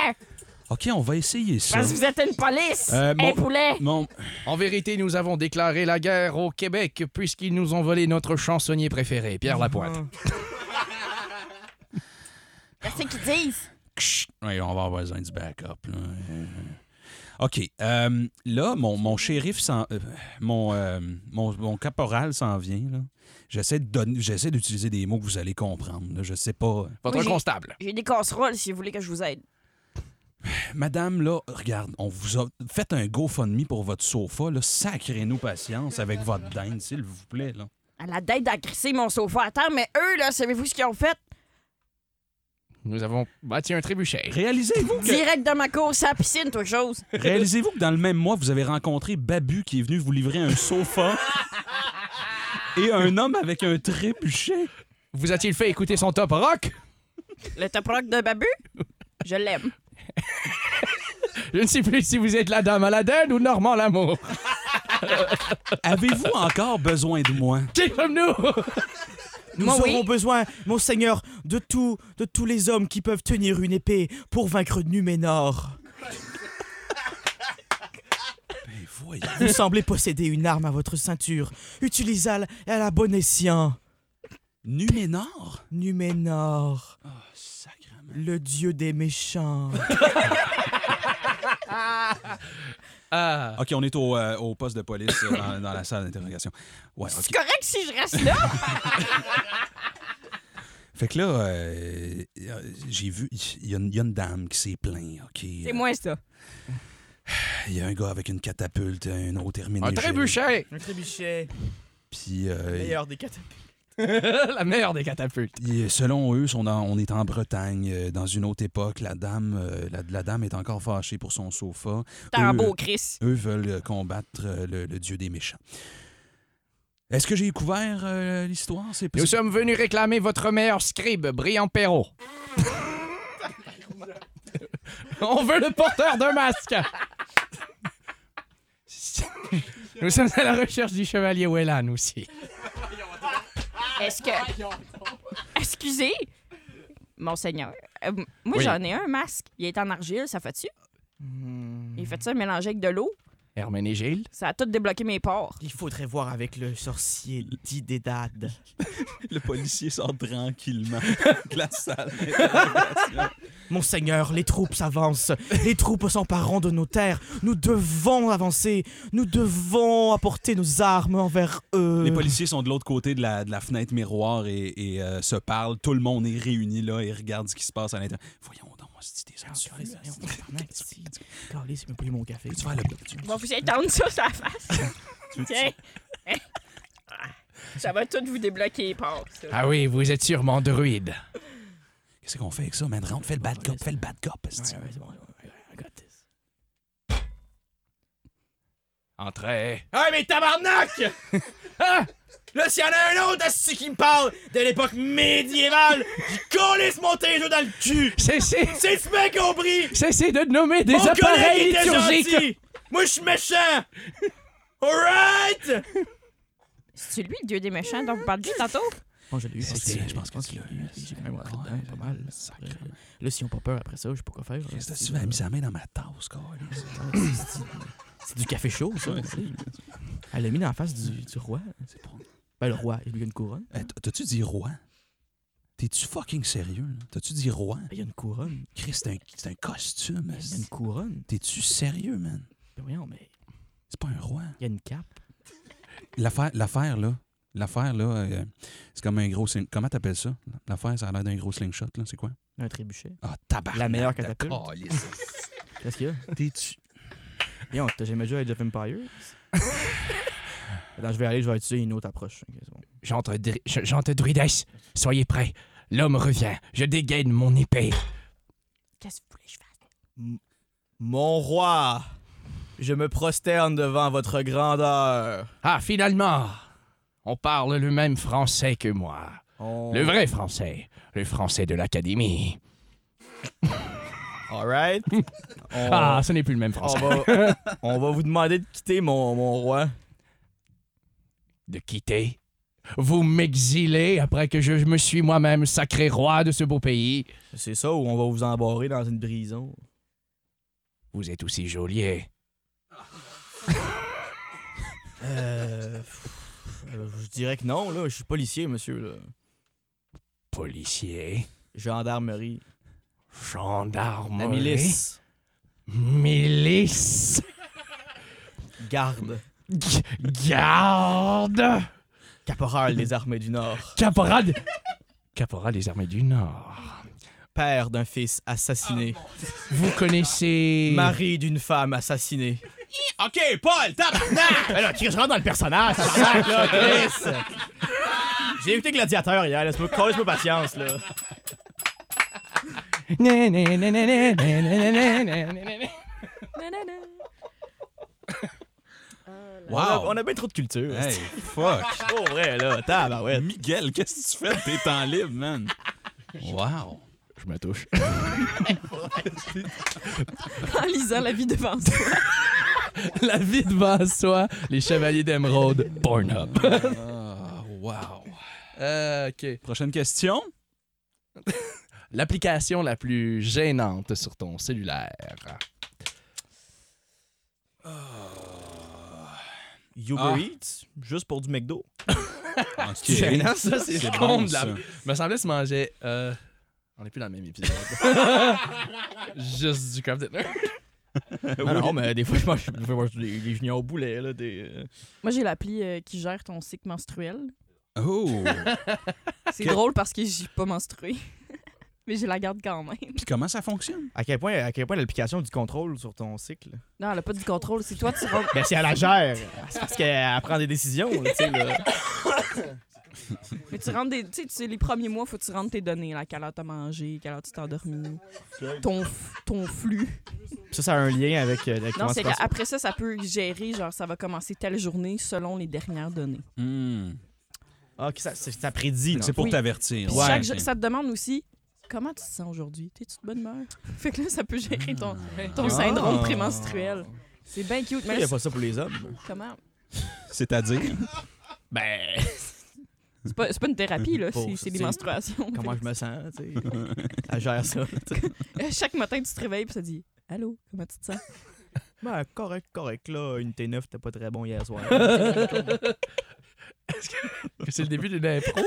Speaker 1: OK, on va essayer ça.
Speaker 5: Parce que vous êtes une police!
Speaker 1: Euh,
Speaker 5: Un
Speaker 1: mon-
Speaker 5: poulet!
Speaker 1: Bon,
Speaker 2: En vérité, nous avons déclaré la guerre au Québec puisqu'ils nous ont volé notre chansonnier préféré, Pierre Lapointe.
Speaker 5: C'est ce qu'ils disent!
Speaker 1: chut, ouais, on va avoir besoin du backup. là. Euh, OK. euh, là, mon, mon shérif s'en- euh, mon, euh, mon, mon caporal s'en vient. là. J'essaie de donner- j'essaie d'utiliser des mots que vous allez comprendre. là. Je sais pas.
Speaker 2: Votre
Speaker 5: Oui, j'ai-
Speaker 2: constable.
Speaker 5: J'ai des casseroles si vous voulez que je vous aide.
Speaker 1: Madame, là, regarde, on vous a fait un GoFundMe pour votre sofa. Là. Sacrez-nous patience avec votre dinde, s'il vous plaît. Là.
Speaker 5: À la date d'agresser mon sofa à terre, mais eux, là, savez-vous ce qu'ils ont fait?
Speaker 2: Nous avons bâti un trébuchet.
Speaker 1: Réalisez-vous que...
Speaker 5: Direct dans ma course à la piscine, toi, chose.
Speaker 1: Réalisez-vous que dans le même mois, vous avez rencontré Babu qui est venu vous livrer un sofa et un homme avec un trébuchet.
Speaker 2: Vous a-t-il fait écouter son top rock?
Speaker 5: Le top rock de Babu? Je l'aime.
Speaker 2: Je ne sais plus si vous êtes la dame Aladdin ou Normand Lamour.
Speaker 1: Avez-vous encore besoin de moi?
Speaker 2: Qui sommes-nous?
Speaker 4: Nous
Speaker 5: Moi, oui.
Speaker 4: aurons besoin, mon seigneur, de tout, de tous les hommes qui peuvent tenir une épée pour vaincre Numénor.
Speaker 1: Ben voyons.
Speaker 4: Vous semblez posséder une arme à votre ceinture. Utilisez-la à la bonne escient.
Speaker 1: Numénor?
Speaker 4: Numénor,
Speaker 1: Oh, sacrément.
Speaker 4: le dieu des méchants.
Speaker 2: Ah.
Speaker 1: OK, on est au, euh, au poste de police euh, dans, dans la salle d'interrogation. Ouais, OK.
Speaker 5: C'est correct si je reste là?
Speaker 1: Fait que là, euh, euh, j'ai vu, il y, a une- il y a une dame qui s'est plainte, OK?
Speaker 5: C'est moi, ça.
Speaker 1: Il y a un gars avec une catapulte, un autre terminé.
Speaker 2: Un trébuchet!
Speaker 4: Un trébuchet,
Speaker 1: Puis, euh,
Speaker 4: des catapultes.
Speaker 2: la meilleure des catapultes.
Speaker 1: Et selon eux, on, on est en Bretagne, euh, dans une autre époque. La dame, euh, la, la dame est encore fâchée pour son sofa.
Speaker 5: T'es un
Speaker 1: Eux-
Speaker 5: beau, Chris.
Speaker 1: Eux veulent euh, combattre euh, le, le dieu des méchants. Est-ce que j'ai couvert euh, l'histoire? C'est
Speaker 2: Nous sommes venus réclamer votre meilleur scribe, Brian Perrault. On veut le porteur d'un masque! Nous sommes à la recherche du chevalier Wellan aussi.
Speaker 5: Est-ce que. Excusez, monseigneur. Euh, moi,
Speaker 2: Oui.
Speaker 5: j'en ai un masque. Il est en argile, ça fait-tu? Il fait ça mélangé avec de l'eau.
Speaker 2: Herménégilde.
Speaker 5: Ça a tout débloqué mes pores.
Speaker 4: Il faudrait voir avec le sorcier Didédade.
Speaker 1: Le policier sort tranquillement de la salle.
Speaker 4: Monseigneur, les troupes avancent. Les troupes s'emparent de nos terres. Nous devons avancer. Nous devons apporter nos armes envers eux.
Speaker 1: Les policiers sont de l'autre côté de la, de la fenêtre miroir et, et, euh, se parlent. Tout le monde est réuni là et regarde ce qui se passe à l'intérieur. Voyons donc, c'est des
Speaker 4: Ah,
Speaker 1: ordures,
Speaker 4: Carlis,
Speaker 1: là.
Speaker 4: voyons, tabarnak, si. Carlis, il m'a pris mon café.
Speaker 1: Peux-tu faire le- peux-tu-
Speaker 5: On va vous étendre ça sur la face.
Speaker 1: peux-tu-
Speaker 5: Tiens. Ça va tout vous débloquer les pores, ça.
Speaker 2: Ah oui, vous êtes sûrement druide.
Speaker 1: Qu'est-ce qu'on fait avec ça, man? Rentre, fais le bad cop, fais le bad cop. esti.
Speaker 4: Ouais, ouais, c'est bon, ouais, ouais, I got this.
Speaker 2: Entrez.
Speaker 4: Ah, mais tabarnak!
Speaker 2: Ah!
Speaker 4: Là, s'il y en a un autre assis qui me parle de l'époque médiévale, j'ai collé monter les jeux dans le cul!
Speaker 2: Cessez,
Speaker 4: C'est ce mec compris!
Speaker 2: cessez de nommer des
Speaker 4: Mon collègue
Speaker 2: appareils
Speaker 4: était
Speaker 2: liturgiques!
Speaker 4: gentil! Moi, je suis méchant! Alright!
Speaker 5: C'est lui le dieu des méchants dont vous parliez tantôt?
Speaker 4: Bon, je l'ai eu.
Speaker 1: C'est-
Speaker 4: parce que-
Speaker 1: c'est- je pense que tu l'as eu.
Speaker 4: J'ai quand même rentré
Speaker 1: Ouais,
Speaker 4: dedans pas mal.
Speaker 1: sacrément.
Speaker 4: Euh, Là, si on pas peur après ça, je sais pas quoi faire.
Speaker 1: Qu'est-ce que
Speaker 4: C'est-
Speaker 1: tu vas mis sa main dans ma tasse, câlisse?
Speaker 4: C'est du café chaud, ça.
Speaker 1: Ouais.
Speaker 4: on sait. Elle l'a mis dans la face du, du roi.
Speaker 1: hein, C'est pour-
Speaker 4: Ben, le roi, il lui a une couronne.
Speaker 1: Hey, t- T'as-tu dit roi? T'es-tu fucking sérieux? là? T'as-tu dit roi?
Speaker 4: Ben, Il y a une couronne. Ben,
Speaker 1: Chris, c'est un, c'est un costume.
Speaker 4: Il y a
Speaker 1: esti.
Speaker 4: une couronne.
Speaker 1: T'es-tu sérieux, man?
Speaker 4: Ben, voyons, mais
Speaker 1: C'est pas un roi.
Speaker 4: il y a une cape.
Speaker 1: L'affaire, l'affaire là, l'affaire, là, euh, c'est comme un gros... sling- Comment t'appelles ça? L'affaire, ça a l'air d'un gros slingshot, là. C'est quoi?
Speaker 4: Un trébuchet.
Speaker 1: Ah, tabarnak.
Speaker 4: La meilleure
Speaker 1: de
Speaker 4: catapulte.
Speaker 1: câlisse.
Speaker 4: Qu'est-ce qu'il y a?
Speaker 1: T'es-tu...
Speaker 4: Voyons, t'as jamais joué à Age of Empires? Attends, je vais aller, je vais utiliser une autre approche. Ok, c'est bon.
Speaker 2: J'entre, dri- je- j'entre druidesse. Soyez prêts. L'homme revient. Je dégaine mon épée.
Speaker 5: Qu'est-ce que vous voulez que je fasse?
Speaker 4: Mon roi, je me prosterne devant votre grandeur.
Speaker 2: Ah, finalement! On parle le même français que moi.
Speaker 4: On-
Speaker 2: Le vrai français. Le français de l'académie.
Speaker 4: All right. On-
Speaker 2: Ah, ce n'est plus le même
Speaker 4: on,
Speaker 2: français.
Speaker 4: va, on va vous demander de quitter, mon, mon roi.
Speaker 2: De quitter? Vous m'exilez après que je me suis moi-même sacré roi de ce beau pays?
Speaker 4: C'est ça, ou on va vous embarrer dans une prison.
Speaker 2: Vous êtes aussi geôlier.
Speaker 4: Euh, pff, euh, je dirais que non, là. Je suis policier, monsieur. là.
Speaker 2: Policier.
Speaker 4: Gendarmerie.
Speaker 2: Gendarme.
Speaker 4: La milice.
Speaker 2: Milice!
Speaker 4: Garde.
Speaker 2: G- Garde!
Speaker 4: Caporal des armées du Nord.
Speaker 2: Caporal! de- Caporal des armées du Nord.
Speaker 4: Père d'un fils assassiné.
Speaker 2: Vous connaissez.
Speaker 4: Mari d'une femme assassinée.
Speaker 6: OK, Paul, tabarnak!
Speaker 4: Alors, Chris, je rentre dans le personnage. tabarnak, là, Chris. J'ai écouté Gladiateur hier. Laisse-moi laisse patience, là.
Speaker 2: Né, né, né, né, né, né, né, né, né, né, né.
Speaker 3: Nanana.
Speaker 1: Wow!
Speaker 4: On a- On a, bien trop de culture.
Speaker 1: Hey, fuck!
Speaker 4: Oh, vrai, là. Tabarouette.
Speaker 1: Miguel, qu'est-ce que tu fais de tes temps libres, man? Wow!
Speaker 2: Je me touche.
Speaker 3: En lisant la vie devant soi.
Speaker 2: La vie devant soi, les chevaliers d'émeraude, Pornhub.
Speaker 1: Ah, wow!
Speaker 2: Euh, ok.
Speaker 1: Prochaine question.
Speaker 2: L'application la plus gênante sur ton cellulaire.
Speaker 4: Uber
Speaker 1: Ah.
Speaker 4: Eats, juste pour du McDo.
Speaker 1: Ok.
Speaker 4: gênant, ça, c'est
Speaker 1: C'est
Speaker 2: bon,
Speaker 1: bon,
Speaker 2: de la-
Speaker 1: ça.
Speaker 2: Me semblait se mangeait. euh, On est plus dans le même épisode. Juste du Crafted Nerd.
Speaker 4: Non, non, mais des fois, je mange, des fois, je mange des, des juniors au boulet, là. Des, euh,
Speaker 3: Moi, j'ai l'appli euh, qui gère ton cycle menstruel.
Speaker 1: Oh!
Speaker 3: C'est
Speaker 1: Que-
Speaker 3: drôle parce que j'ai pas menstrué. Mais j'ai la garde quand même.
Speaker 1: Puis comment ça fonctionne?
Speaker 4: À quel point, à quel point l'application a du contrôle sur ton cycle?
Speaker 3: Non, elle a pas du contrôle. C'est toi, tu rentres.
Speaker 4: Ben, si elle la gère, c'est parce qu'elle prend des décisions, là, tu sais, là.
Speaker 3: Mais tu rentres des. Tu sais, tu sais, les premiers mois, faut que tu rentres tes données. Là, quelle heure t'as mangé, quelle heure tu t'es endormi, ton, f- ton flux.
Speaker 4: Ça, ça a un lien avec, euh, avec
Speaker 3: Non,
Speaker 4: comment
Speaker 3: c'est
Speaker 4: tu penses-
Speaker 3: qu'après ça, ça peut gérer. Genre, ça va commencer telle journée selon les dernières données.
Speaker 1: Hmm.
Speaker 4: Ah, ok, ça, c'est- ça prédit.
Speaker 1: C'est
Speaker 4: non.
Speaker 1: pour
Speaker 3: Oui.
Speaker 1: t'avertir.
Speaker 3: Puis
Speaker 1: ouais,
Speaker 3: chaque
Speaker 1: ok.
Speaker 3: jour- ça te demande aussi comment tu te sens aujourd'hui. T'es-tu de bonne humeur? Fait que là, ça peut gérer ton, ton syndrome
Speaker 4: Ah.
Speaker 3: prémenstruel. C'est bien cute,
Speaker 4: Il
Speaker 3: mais
Speaker 4: n'y
Speaker 3: là,
Speaker 4: a pas ça pour les hommes.
Speaker 3: comment?
Speaker 1: C'est-à-dire?
Speaker 4: Ben,
Speaker 3: C'est pas, c'est pas une thérapie, là.
Speaker 4: Pauvre,
Speaker 3: C'est c'est des
Speaker 4: c'est-
Speaker 3: menstruations.
Speaker 4: comment je me sens, tu sais. Elle gère ça. tu sais.
Speaker 3: Euh, Chaque matin, tu te réveilles et ça dit Allô, comment tu te sens?
Speaker 4: Ben, correct, correct, là. Une T9, t'es pas très bon hier soir.
Speaker 2: Que C'est le début d'une impro.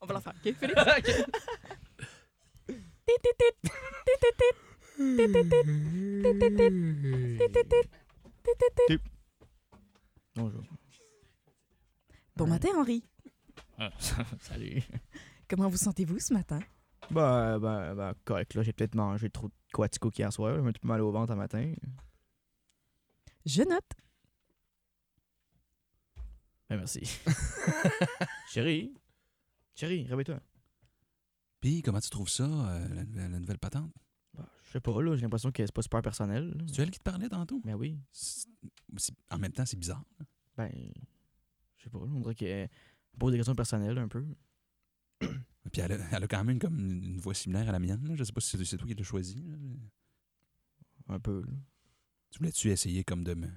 Speaker 3: On va la faire. OK, Félix?
Speaker 4: Bonjour.
Speaker 3: Bon matin, Henri.
Speaker 4: Salut.
Speaker 3: Comment vous sentez-vous ce matin?
Speaker 4: Ben, ben, ben, correct, là. J'ai peut-être mangé trop de quatico hier soir. J'ai un petit peu mal au ventre un matin.
Speaker 3: Je note.
Speaker 4: Ben, merci. Chérie. Chérie, réveille-toi.
Speaker 1: Puis comment tu trouves ça, euh, la, nouvelle- la nouvelle patente?
Speaker 4: Ben, je sais pas, là. J'ai l'impression que c'est pas super personnel. là.
Speaker 1: C'est elle qui te parlait tantôt?
Speaker 4: Ben oui.
Speaker 1: C'est- c'est- En même temps, c'est bizarre.
Speaker 4: Ben, je sais pas, on dirait qu'elle pose des questions personnelles un peu.
Speaker 1: Puis elle a, elle a quand même comme une une voix similaire à la mienne. là. Je sais pas si c'est c'est toi qui l'as choisi. là.
Speaker 4: Un peu, là.
Speaker 1: Tu voulais-tu essayer comme de me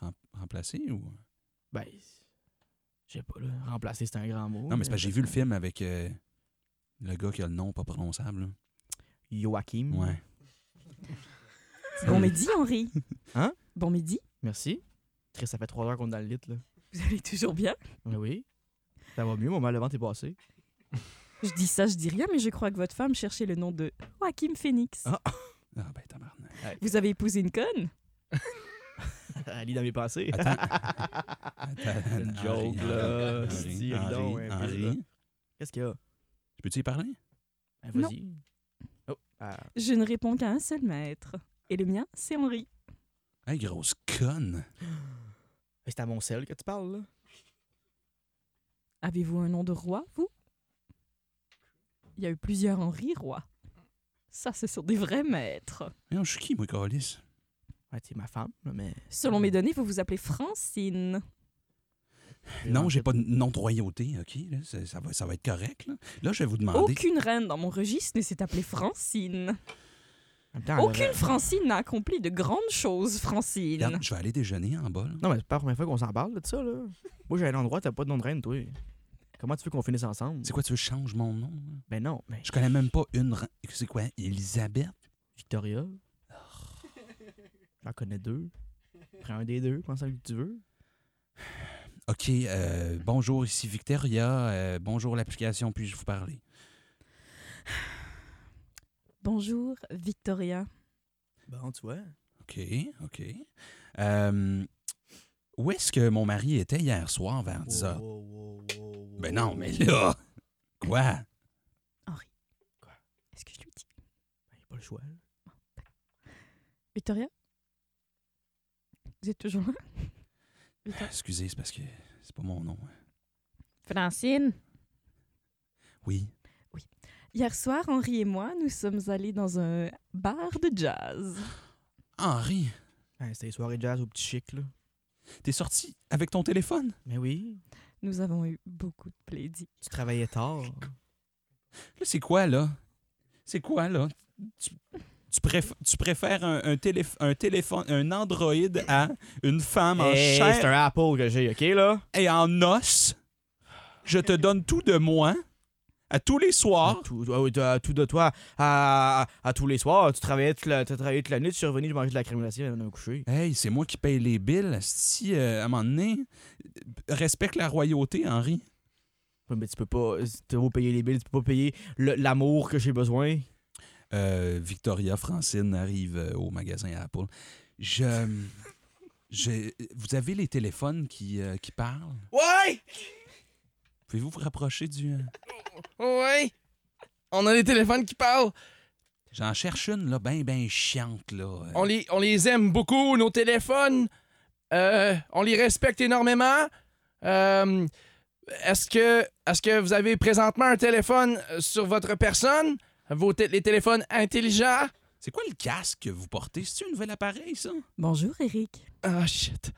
Speaker 1: rem- remplacer ou...
Speaker 4: Ben, je sais pas, là. Remplacer, c'est un grand mot.
Speaker 1: Non, mais c'est parce que j'ai vu le film avec euh, le gars qui a le nom pas prononçable. là.
Speaker 4: Joachim.
Speaker 3: Mm.
Speaker 1: Ouais.
Speaker 3: Bon midi, Henri.
Speaker 4: Hein?
Speaker 3: Bon midi.
Speaker 4: Merci. Chris, ça fait trois heures qu'on est dans le lit, là.
Speaker 3: Vous allez toujours bien?
Speaker 4: Ben oui. Ça va mieux, mon mal de ventre est passé.
Speaker 3: Je dis ça, je dis rien, mais je crois que votre femme cherchait le nom de Joachim Phoenix.
Speaker 4: Ah.
Speaker 1: Ah ben tabarnak.
Speaker 3: Vous avez épousé une conne?
Speaker 4: Elle lit dans mes pensées.
Speaker 1: Attends,
Speaker 4: Une
Speaker 1: Henri,
Speaker 4: joke,
Speaker 1: Henri,
Speaker 4: là.
Speaker 1: Henri,
Speaker 4: Si,
Speaker 1: Henri,
Speaker 4: donc, un peu,
Speaker 1: Henri.
Speaker 4: là. Qu'est-ce qu'il y a?
Speaker 1: Je peux-tu y parler?
Speaker 4: Ben,
Speaker 3: Non.
Speaker 4: vas-y. Oh, ah.
Speaker 3: Je ne réponds qu'à un seul maître. Et le mien, c'est Henri.
Speaker 1: Hey, grosse conne!
Speaker 4: Mais C'est à mon sel que tu parles, là.
Speaker 3: Avez-vous un nom de roi, vous? Il y a eu plusieurs Henri rois. Ça, ce sont des vrais maîtres.
Speaker 1: Mais je suis qui, moi, Calis?
Speaker 4: Ouais, c'est ma femme, là, mais.
Speaker 3: Selon mes données, vous vous appelez Francine.
Speaker 1: Non, j'ai pas de nom de royauté, OK? là, c'est- ça, va, ça va être correct. Là, Là, je vais vous demander.
Speaker 3: Aucune reine dans mon registre ne s'est appelée Francine.
Speaker 4: En même temps, elle
Speaker 3: Aucune
Speaker 4: aurait-
Speaker 3: Francine n'a accompli de grandes choses, Francine.
Speaker 1: Regarde, je vais aller déjeuner en bas. là.
Speaker 4: Non, mais c'est pas la première fois qu'on s'en parle de ça, là. Moi, j'ai un endroit, t'as pas de nom de reine, toi. Comment tu veux qu'on finisse ensemble?
Speaker 1: C'est quoi, tu veux que je change mon nom? là?
Speaker 4: Ben non, mais
Speaker 1: Je connais même pas une. ra- C'est quoi, Elisabeth?
Speaker 4: Victoria. J'en connais deux. Prends un des deux, prends celui que tu veux.
Speaker 1: OK, euh, bonjour, ici Victoria. euh, bonjour, l'application, puis-je vous parler?
Speaker 3: Bonjour, Victoria.
Speaker 4: Bon, tu vois.
Speaker 1: OK, OK. Euh, où est-ce que mon mari était hier soir vers 10 heures? Ben non, mais là. Quoi?
Speaker 3: Est-ce que je lui dis?
Speaker 4: Ben, y a pas le choix. là.
Speaker 3: Victoria? Vous êtes toujours là?
Speaker 1: Ah, Excusez, c'est parce que c'est pas mon nom. hein.
Speaker 5: Francine,
Speaker 1: Oui.
Speaker 3: Hier soir, Henri et moi, nous sommes allés dans un bar de jazz.
Speaker 1: Henri,
Speaker 4: Ben, C'était les soirées jazz au petit chic, là.
Speaker 1: t'es sorti avec ton téléphone?
Speaker 4: Mais oui,
Speaker 3: Nous avons eu beaucoup de plaisir.
Speaker 4: tu travaillais tard.
Speaker 1: Là, c'est quoi, là? C'est quoi, là? Tu, tu préf- tu préfères un, un téléf- un téléphone, un Android à une femme en
Speaker 4: Hey, c'est
Speaker 1: chair
Speaker 4: un Apple que j'ai, OK, là?
Speaker 1: et en os? Je te donne tout de moi à tous les
Speaker 4: À
Speaker 1: soirs.
Speaker 4: tout, ah oui, à tout de toi. À, à- à tous les soirs, tu travaillais toute la, t'as travaillé toute la nuit, tu suis revenu, je mangeais de la crème glacée, on a couché.
Speaker 1: Hey, c'est moi qui paye les billes. Si, euh, à un moment donné, respecte la royauté, Henri.
Speaker 4: Ouais, Mais tu peux pas, euh, tu peux pas payer les billes, tu peux pas payer le- l'amour que j'ai besoin.
Speaker 1: Euh, Victoria Francine arrive euh, au magasin Apple. Je, je- vous avez les téléphones qui, euh, qui parlent?
Speaker 2: Ouais!
Speaker 1: Pouvez-vous vous rapprocher du... euh,
Speaker 2: Ouais! On a des téléphones qui parlent.
Speaker 1: J'en cherche une, là, ben, ben chiante, là. Euh,
Speaker 2: On les, on les aime beaucoup, nos téléphones. Euh, on les respecte énormément. Euh, est-ce que, est que vous avez présentement un téléphone euh, sur votre personne? Vos té- les téléphones intelligents?
Speaker 1: C'est quoi le casque que vous portez? C'est-tu un nouvel appareil, ça?
Speaker 3: Bonjour, Eric.
Speaker 2: Ah, shit.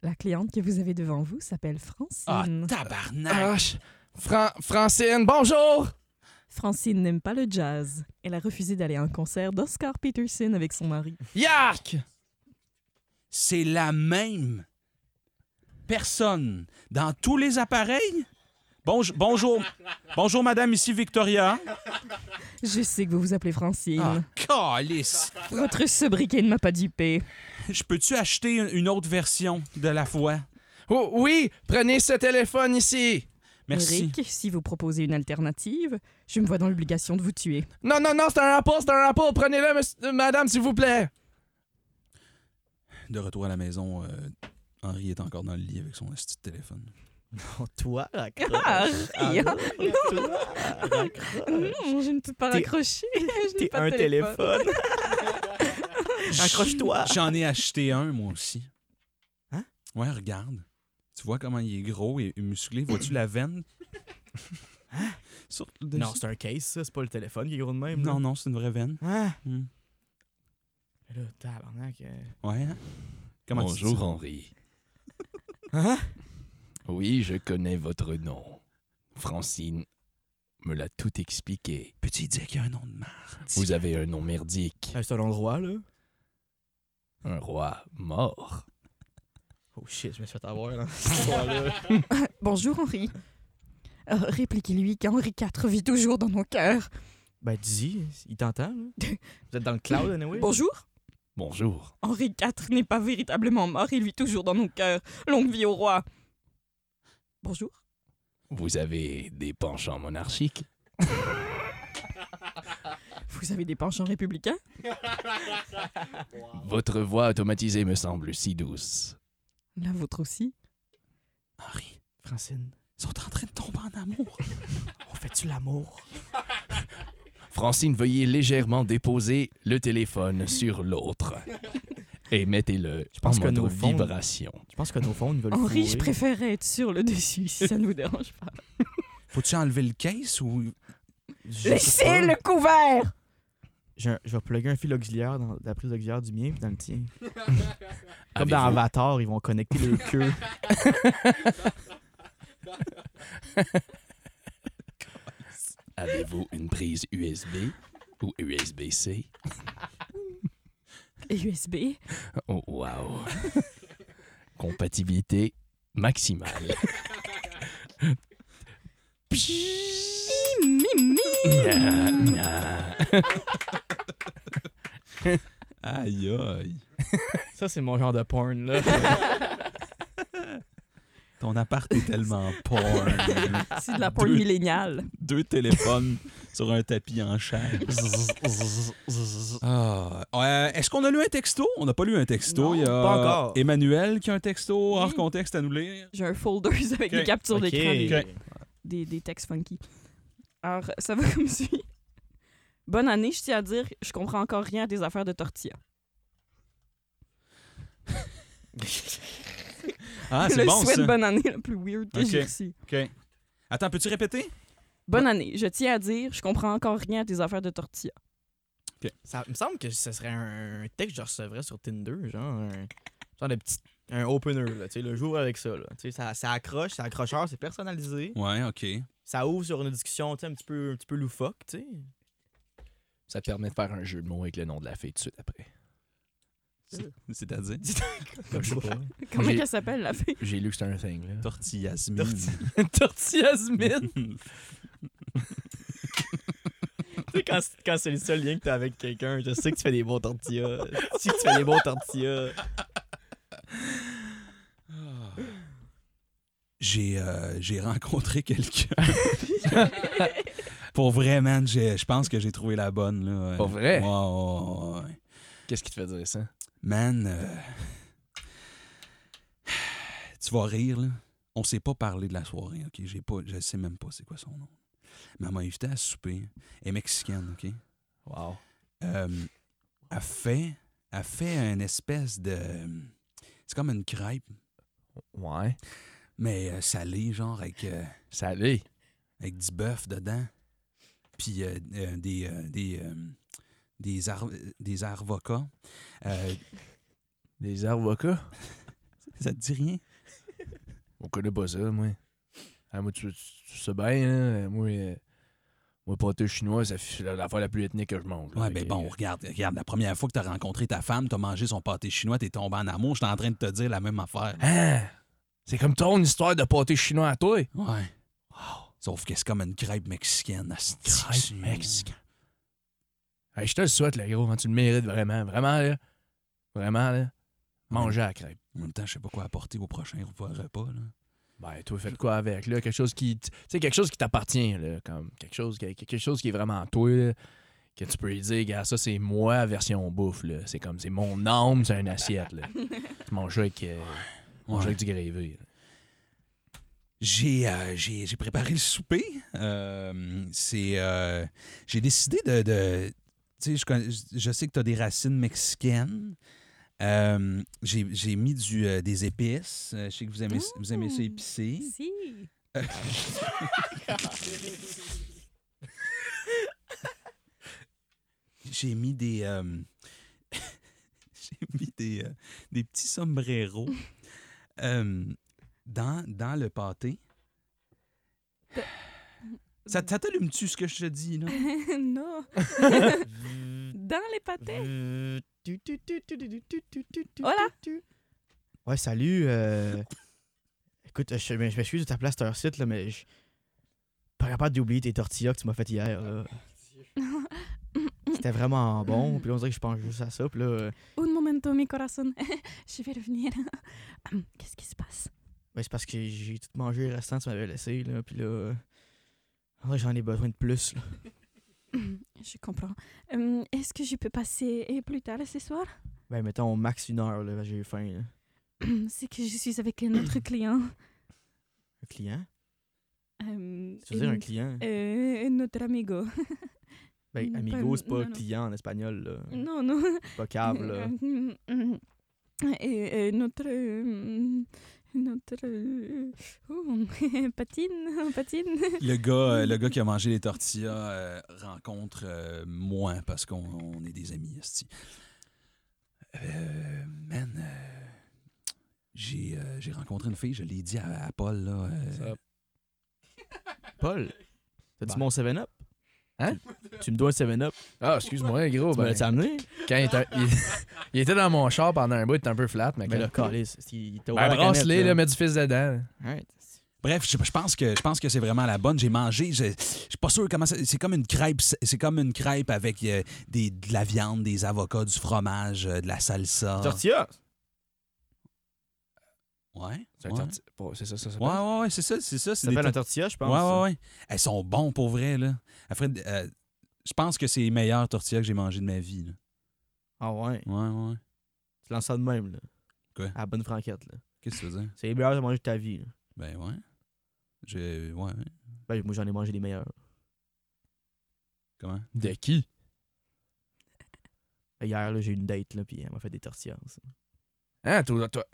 Speaker 3: La cliente que vous avez devant vous s'appelle
Speaker 1: Ah,
Speaker 3: Francine.
Speaker 1: tabarnak!
Speaker 2: Ah, sh- Fran- Francine, bonjour!
Speaker 3: Francine n'aime pas le jazz. Elle a refusé d'aller à un concert d'Oscar Peterson avec son mari.
Speaker 2: Yark!
Speaker 1: C'est la même personne dans tous les appareils? Bonj- bonjour. Bonjour, madame, ici Victoria.
Speaker 3: Je sais que vous vous appelez Francine.
Speaker 1: Ah, calice!
Speaker 3: Votre sobriquet ne m'a pas dupé.
Speaker 1: Je peux-tu acheter une autre version de la foi?
Speaker 2: Oh, oui, prenez ce téléphone ici.
Speaker 1: Merci.
Speaker 3: Eric, si vous proposez une alternative, je me vois dans l'obligation de vous tuer.
Speaker 2: Non, non, non, c'est un rapport, c'est un rapport. Prenez-le, monsieur- euh, madame, s'il vous plaît.
Speaker 1: De retour à la maison, euh, Henri est encore dans le lit avec son petit téléphone.
Speaker 4: Oh, toi, raccroche.
Speaker 3: Ah, rien.
Speaker 4: Ah, toi, raccroche.
Speaker 3: Non, je ne peux pas
Speaker 4: T'es-
Speaker 3: raccrocher. Je n'ai
Speaker 4: T'es
Speaker 3: pas de
Speaker 4: un téléphone. Raccroche-toi.
Speaker 1: J'en ai acheté un, moi aussi.
Speaker 4: Hein?
Speaker 1: Ouais, regarde. Tu vois comment il est gros et et musclé. Vois-tu la veine? Sur le dessus.
Speaker 4: Non, c'est un case, ça. C'est pas le téléphone qui est gros de même. là.
Speaker 1: non, non, c'est une vraie veine.
Speaker 4: Ah!
Speaker 1: Hmm.
Speaker 4: Là, tabarnak. euh.
Speaker 1: Ouais. hein? Comment tu dis
Speaker 7: Bonjour
Speaker 1: ça?
Speaker 7: Henri.
Speaker 4: Hein?
Speaker 7: Oui, je connais votre nom. Francine me l'a tout expliqué.
Speaker 1: Peux-tu dire qu'il y a un nom de merde?
Speaker 7: Vous avez un nom merdique.
Speaker 4: Ah, C'est un endroit, là.
Speaker 7: Un roi mort.
Speaker 4: Oh shit, je me suis fait avoir dans cette histoire-là.
Speaker 3: Bonjour, Henri. Euh, Répliquez-lui qu'Henri IV vit toujours dans nos cœurs.
Speaker 4: Ben, dis-y, il t'entend, là. Vous êtes dans le cloud, anyway.
Speaker 3: Bonjour.
Speaker 7: Bonjour.
Speaker 3: Henri IV n'est pas véritablement mort, il vit toujours dans nos cœurs. Longue vie au roi. Bonjour.
Speaker 7: Vous avez des penchants monarchiques.
Speaker 3: Vous avez des penchants républicains
Speaker 7: Votre voix automatisée me semble si douce.
Speaker 3: La vôtre aussi.
Speaker 1: Henri,
Speaker 4: Francine,
Speaker 1: ils sont en train de tomber en amour.
Speaker 4: on fait-tu l'amour?
Speaker 7: Francine, veuillez légèrement déposer le téléphone sur l'autre et mettez-le
Speaker 4: Je pense
Speaker 7: en
Speaker 4: que
Speaker 7: mode
Speaker 4: nos fonds-
Speaker 7: vibration.
Speaker 4: Je pense que nos fonds, ils veulent
Speaker 3: Henri, je
Speaker 4: fourrer.
Speaker 3: préférerais être sur le dessus si ça ne vous dérange pas.
Speaker 1: Faut-tu enlever le case ou...
Speaker 4: Je sais pas.
Speaker 3: Laissez le couvert
Speaker 4: J'ai un- Je vais plugger un fil auxiliaire dans la prise auxiliaire du mien puis dans le tien. Comme
Speaker 7: Avez-vous-
Speaker 4: dans Avatar, ils vont connecter les queues.
Speaker 7: Avez-vous une prise USB ou USB-C?
Speaker 3: Et USB.
Speaker 7: Oh, wow! Compatibilité maximale.
Speaker 3: Mimi
Speaker 7: Nya, nya.
Speaker 1: Aïe, aïe.
Speaker 4: Ça, c'est mon genre de porn, là.
Speaker 1: Ton appart est tellement porn.
Speaker 3: C'est de la porn
Speaker 1: Deux.
Speaker 3: milléniale.
Speaker 1: Deux téléphones sur un tapis en chair. Ah. Euh, Est-ce qu'on a lu un texto? On n'a pas lu un texto.
Speaker 8: Non,
Speaker 1: Il y a
Speaker 4: pas encore.
Speaker 1: Emmanuel qui a un texto hors
Speaker 3: Oui.
Speaker 1: contexte à nous lire.
Speaker 3: J'ai un folder avec des
Speaker 1: Ok,
Speaker 3: captures
Speaker 4: Ok.
Speaker 3: d'écran. des-
Speaker 1: Ok.
Speaker 3: des, des textes funky. Alors, ça va comme suit. Bonne année, je tiens à dire, je comprends encore rien à des affaires de tortilla.
Speaker 1: Ah,
Speaker 3: le
Speaker 1: c'est bon
Speaker 3: souhait
Speaker 1: ça.
Speaker 3: de bonne année le plus weird que
Speaker 1: Ok.
Speaker 3: j'ai reçu.
Speaker 1: OK. Attends, peux-tu répéter?
Speaker 3: Bonne année, je tiens à dire, je comprends encore rien à des affaires de tortilla.
Speaker 4: Ça me semble que ce serait un texte que je recevrais sur Tinder, genre un genre de petit un opener là, tu sais, le jour avec ça là, tu sais, ça, ça accroche, c'est accrocheur, c'est personnalisé,
Speaker 1: Ouais, OK.
Speaker 4: ça ouvre sur une discussion, tu sais, un petit peu un petit peu loufoque, tu sais.
Speaker 2: Ça te permet de faire un jeu de mots avec le nom de la fille tout de suite après.
Speaker 1: C'est-à-dire?
Speaker 4: Comme je sais pas.
Speaker 3: Comment
Speaker 2: J'ai-
Speaker 3: qu'elle s'appelle, la fille?
Speaker 2: J'ai lu que c'était un thing, là.
Speaker 1: Tortillasmine.
Speaker 9: Tortillasmine.
Speaker 4: Tu sais, quand, c'est- quand c'est le seul lien que t'as avec quelqu'un, je sais que tu fais des bons tortillas. si tu fais des bons tortillas.
Speaker 1: j'ai, euh, j'ai rencontré quelqu'un. Pour vrai, man, j'ai- je pense que j'ai trouvé la bonne. Là.
Speaker 2: Pas vrai?
Speaker 1: Ouais, ouais, ouais, ouais.
Speaker 2: Qu'est-ce qui te fait dire ça?
Speaker 1: Man, euh, tu vas rire, là. On s'est pas parlé de la soirée, OK? J'ai pas, je sais même pas c'est quoi son nom. Mais elle m'a invité à souper. Elle est mexicaine, OK?
Speaker 2: Wow.
Speaker 1: Euh, elle fait... Elle fait une espèce de... C'est comme une crêpe,
Speaker 2: Ouais.
Speaker 1: mais euh, salée, genre, avec... euh,
Speaker 2: Salé.
Speaker 1: avec du bœuf dedans, puis euh, euh, des, euh, des, euh, des, ar- des avocats. Euh,
Speaker 2: Des avocats?
Speaker 1: ça te dit rien?
Speaker 2: On connaît pas ça, moi. Ah, moi, tu, tu- tu sais bien, hein, Moi, euh, moi pâté chinois, c'est la- l'affaire la plus ethnique que je mange. là. euh,
Speaker 1: Ouais,
Speaker 2: Fait
Speaker 1: ben
Speaker 2: que-
Speaker 1: bon, regarde, regarde, la première fois que t'as rencontré ta femme, t'as mangé son pâté chinois, t'es tombé en amour, j'étais en train de te dire la même affaire.
Speaker 2: Hein? C'est comme ton histoire de pâté chinois à toi.
Speaker 1: Ouais. Sauf que c'est comme une crêpe mexicaine. asti,
Speaker 2: Crêpe
Speaker 1: c'est-
Speaker 2: mexicaine. Hey, je te le souhaite, le gros. hein, tu le mérites vraiment. Vraiment, là. Vraiment, là. Manger à la crêpe.
Speaker 1: En même temps, je sais pas quoi apporter au prochain repas. Là.
Speaker 2: Ben, toi, fais de quoi avec, là? Quelque chose qui. t- Tu sais, quelque chose qui t'appartient, là. Comme quelque chose, qui- quelque chose qui est vraiment toi, là, Que tu peux lui dire, gars, ça, c'est moi, version bouffe, là. C'est comme, c'est mon âme, c'est une assiette, là. tu manges avec, euh, manges
Speaker 1: Ouais.
Speaker 2: avec du grévé. là.
Speaker 1: J'ai, euh, j'ai, j'ai préparé le souper. Euh, c'est, euh, j'ai décidé de. de- tu sais, je, connais- je sais que tu as des racines mexicaines. Euh, j'ai, j'ai mis du, euh, des épices. Euh, je sais que vous aimez, vous aimez
Speaker 2: Mmh.
Speaker 1: ça épicé.
Speaker 3: Si.
Speaker 1: J'ai mis des. euh, j'ai mis des, euh, des petits sombreros euh, dans, dans le pâté. Ça, ça t'allume-tu ce que je te dis, là?
Speaker 3: non. Dans les pâtés. Voilà.
Speaker 4: Ouais, salut. euh, Écoute, je, je m'excuse de ta place, sur site, là, mais je. Pas capable d'oublier tes tortillas que tu m'as fait hier, là. C'était vraiment bon, puis là, on dirait que je pense juste à ça, puis là. euh,
Speaker 3: Un momento, mi corazón. je vais revenir. Hum, Qu'est-ce qui se passe?
Speaker 4: ben, c'est parce que j'ai tout mangé le restant que tu m'avais laissé, là, puis là. euh, en vrai, j'en ai besoin de plus, là.
Speaker 3: Hum, Je comprends. Hum, Est-ce que je peux passer euh, plus tard ce soir?
Speaker 4: Ben, mettons, au max une heure, là, parce que j'ai faim, là.
Speaker 3: Hum, C'est que je suis avec un autre client.
Speaker 4: Un client?
Speaker 3: Hum,
Speaker 4: Tu veux dire un
Speaker 3: une-
Speaker 4: client?
Speaker 3: Euh, notre amigo.
Speaker 4: Ben,
Speaker 3: pas-
Speaker 4: amigo, c'est pas
Speaker 3: non, non.
Speaker 4: client en espagnol, là.
Speaker 3: Non, non.
Speaker 4: C'est pas câble, là.
Speaker 3: Euh, euh, euh, notre. euh, notre. euh, oh, patine, on patine.
Speaker 1: Le gars, euh, le gars qui a mangé les tortillas euh, rencontre euh, moi parce qu'on on est des amis. esti. Euh, man, euh, j'ai euh, j'ai rencontré une fille, je l'ai dit à, à Paul. Là, euh,
Speaker 4: Paul, t'as-tu
Speaker 2: Ben.
Speaker 4: mon 7-Up?
Speaker 2: Hein?
Speaker 4: Tu me dois un 7-Up.
Speaker 2: Ah, excuse-moi, gros.
Speaker 4: tu me
Speaker 2: Ben,
Speaker 4: l'as-tu amené?
Speaker 2: quand il était, il, il était dans mon char pendant un bout, il était un peu flat, mais
Speaker 4: Ben
Speaker 2: quand.
Speaker 4: là, calice. Il t'a
Speaker 2: Ben,
Speaker 4: ouvert la
Speaker 2: brasse-les,
Speaker 4: canette,
Speaker 2: là, mets du fils dedans.
Speaker 4: Alright.
Speaker 1: Bref, je, je pense que je pense que c'est vraiment la bonne. J'ai mangé, je, je suis pas sûr comment ça- c'est comme une crêpe, c'est c'est comme une crêpe avec euh, des, de la viande, des avocats, du fromage, euh, de la salsa.
Speaker 4: Tortilla!
Speaker 1: Ouais.
Speaker 2: C'est un
Speaker 1: ouais.
Speaker 2: torti- bon, oh, c'est ça, ça s'appelle?
Speaker 1: Ouais, ouais, ouais, c'est ça, c'est ça.
Speaker 4: Ça
Speaker 1: C'est des
Speaker 4: s'appelle un
Speaker 1: tor-
Speaker 4: tortilla, je pense.
Speaker 1: Ouais, ouais, ouais. Elles sont bons pour vrai, là. Alfred, euh, je pense que c'est les meilleures tortillas que j'ai mangées de ma vie, là.
Speaker 4: Ah ouais.
Speaker 1: Ouais, ouais.
Speaker 4: Tu lances ça de même, là.
Speaker 1: Quoi?
Speaker 4: À la bonne franquette, là.
Speaker 1: Qu'est-ce que tu veux dire?
Speaker 4: C'est les meilleurs que j'ai mangé de ta vie, là.
Speaker 1: Ben, ouais. Je... Ouais, ouais.
Speaker 4: Ben, moi, j'en ai mangé les meilleurs.
Speaker 1: Comment?
Speaker 2: De qui?
Speaker 4: Hier, là, j'ai eu une date, là, puis elle m'a fait des tortillas. ça.
Speaker 2: Hein, toi, toi.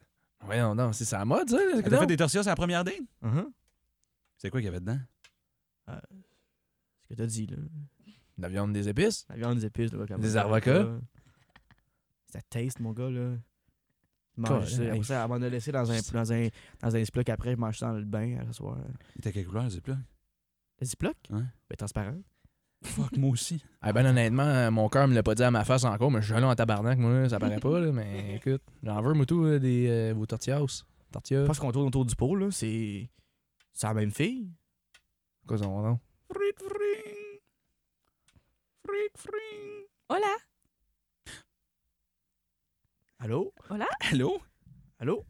Speaker 2: Voyons, non, c'est ça la mode, ça. là,
Speaker 1: T'as fait
Speaker 2: coudonc.
Speaker 1: des tortillas à la première date?
Speaker 4: Uh-huh.
Speaker 1: C'est quoi qu'il y avait dedans?
Speaker 4: Ce que t'as dit, là.
Speaker 2: De La viande des épices?
Speaker 4: La viande des épices, là. comme
Speaker 2: Des
Speaker 4: ça,
Speaker 2: avocats?
Speaker 4: là. Ça taste, mon gars, là. Je
Speaker 2: Colin,
Speaker 4: Mange ça. Après
Speaker 2: hey.
Speaker 4: ça, elle m'en a laissé dans un, dans un, dans un Ziploc après. Je mange ça dans le bain, à ce soir.
Speaker 1: Il était quelle couleur, c'est plus?
Speaker 4: Le Ziploc?
Speaker 1: Ouais.
Speaker 4: Ben, transparent.
Speaker 1: Fuck, moi aussi.
Speaker 2: Eh ben honnêtement, euh, mon cœur me l'a pas dit à ma face encore, mais je suis allé en tabarnak, moi, là, ça paraît pas, là, mais écoute, j'en veux, Moutou, là, des, euh, vos tortillas. Tortillas.
Speaker 4: Je pense qu'on tourne autour du pot, là. C'est. C'est la même fille.
Speaker 2: Quoi, son nom?
Speaker 1: Frick, frick. Frick, frick.
Speaker 3: Hola!
Speaker 4: Allô?
Speaker 1: Allô?
Speaker 4: Allô?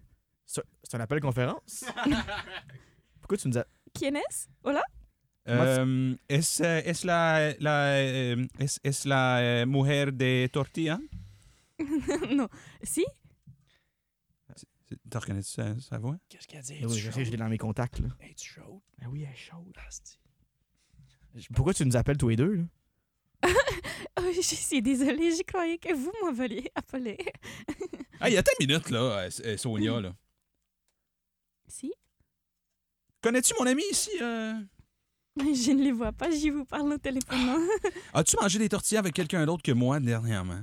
Speaker 4: C'est c'est un appel conférence? Pourquoi tu nous as.
Speaker 3: ¿Quién es? Hola!
Speaker 1: Euh, est-ce euh, est-ce la, la, euh, est-ce- est-ce la euh, mujer de tortilla?
Speaker 3: no. ¿Sí?
Speaker 1: C'est- T'as reconnu sa, sa voix?
Speaker 2: Qu'est-ce qu'elle dit?
Speaker 4: Eh oui, je sais, je l'ai dans mes contacts, là.
Speaker 2: Es-tu chaude?
Speaker 4: Ah oui, elle est chaude. Pourquoi tu nous appelles tous les deux, là?
Speaker 3: Oh, je suis désolée, je croyais que vous m'avez appelé.
Speaker 1: Ah, il y a ta minute, là, euh, euh, Sonia, là.
Speaker 3: Si?
Speaker 1: Connais-tu mon ami ici? euh?
Speaker 3: Je ne les vois pas, je vous parle au téléphone.
Speaker 1: As-tu mangé des tortillas avec quelqu'un d'autre que moi dernièrement?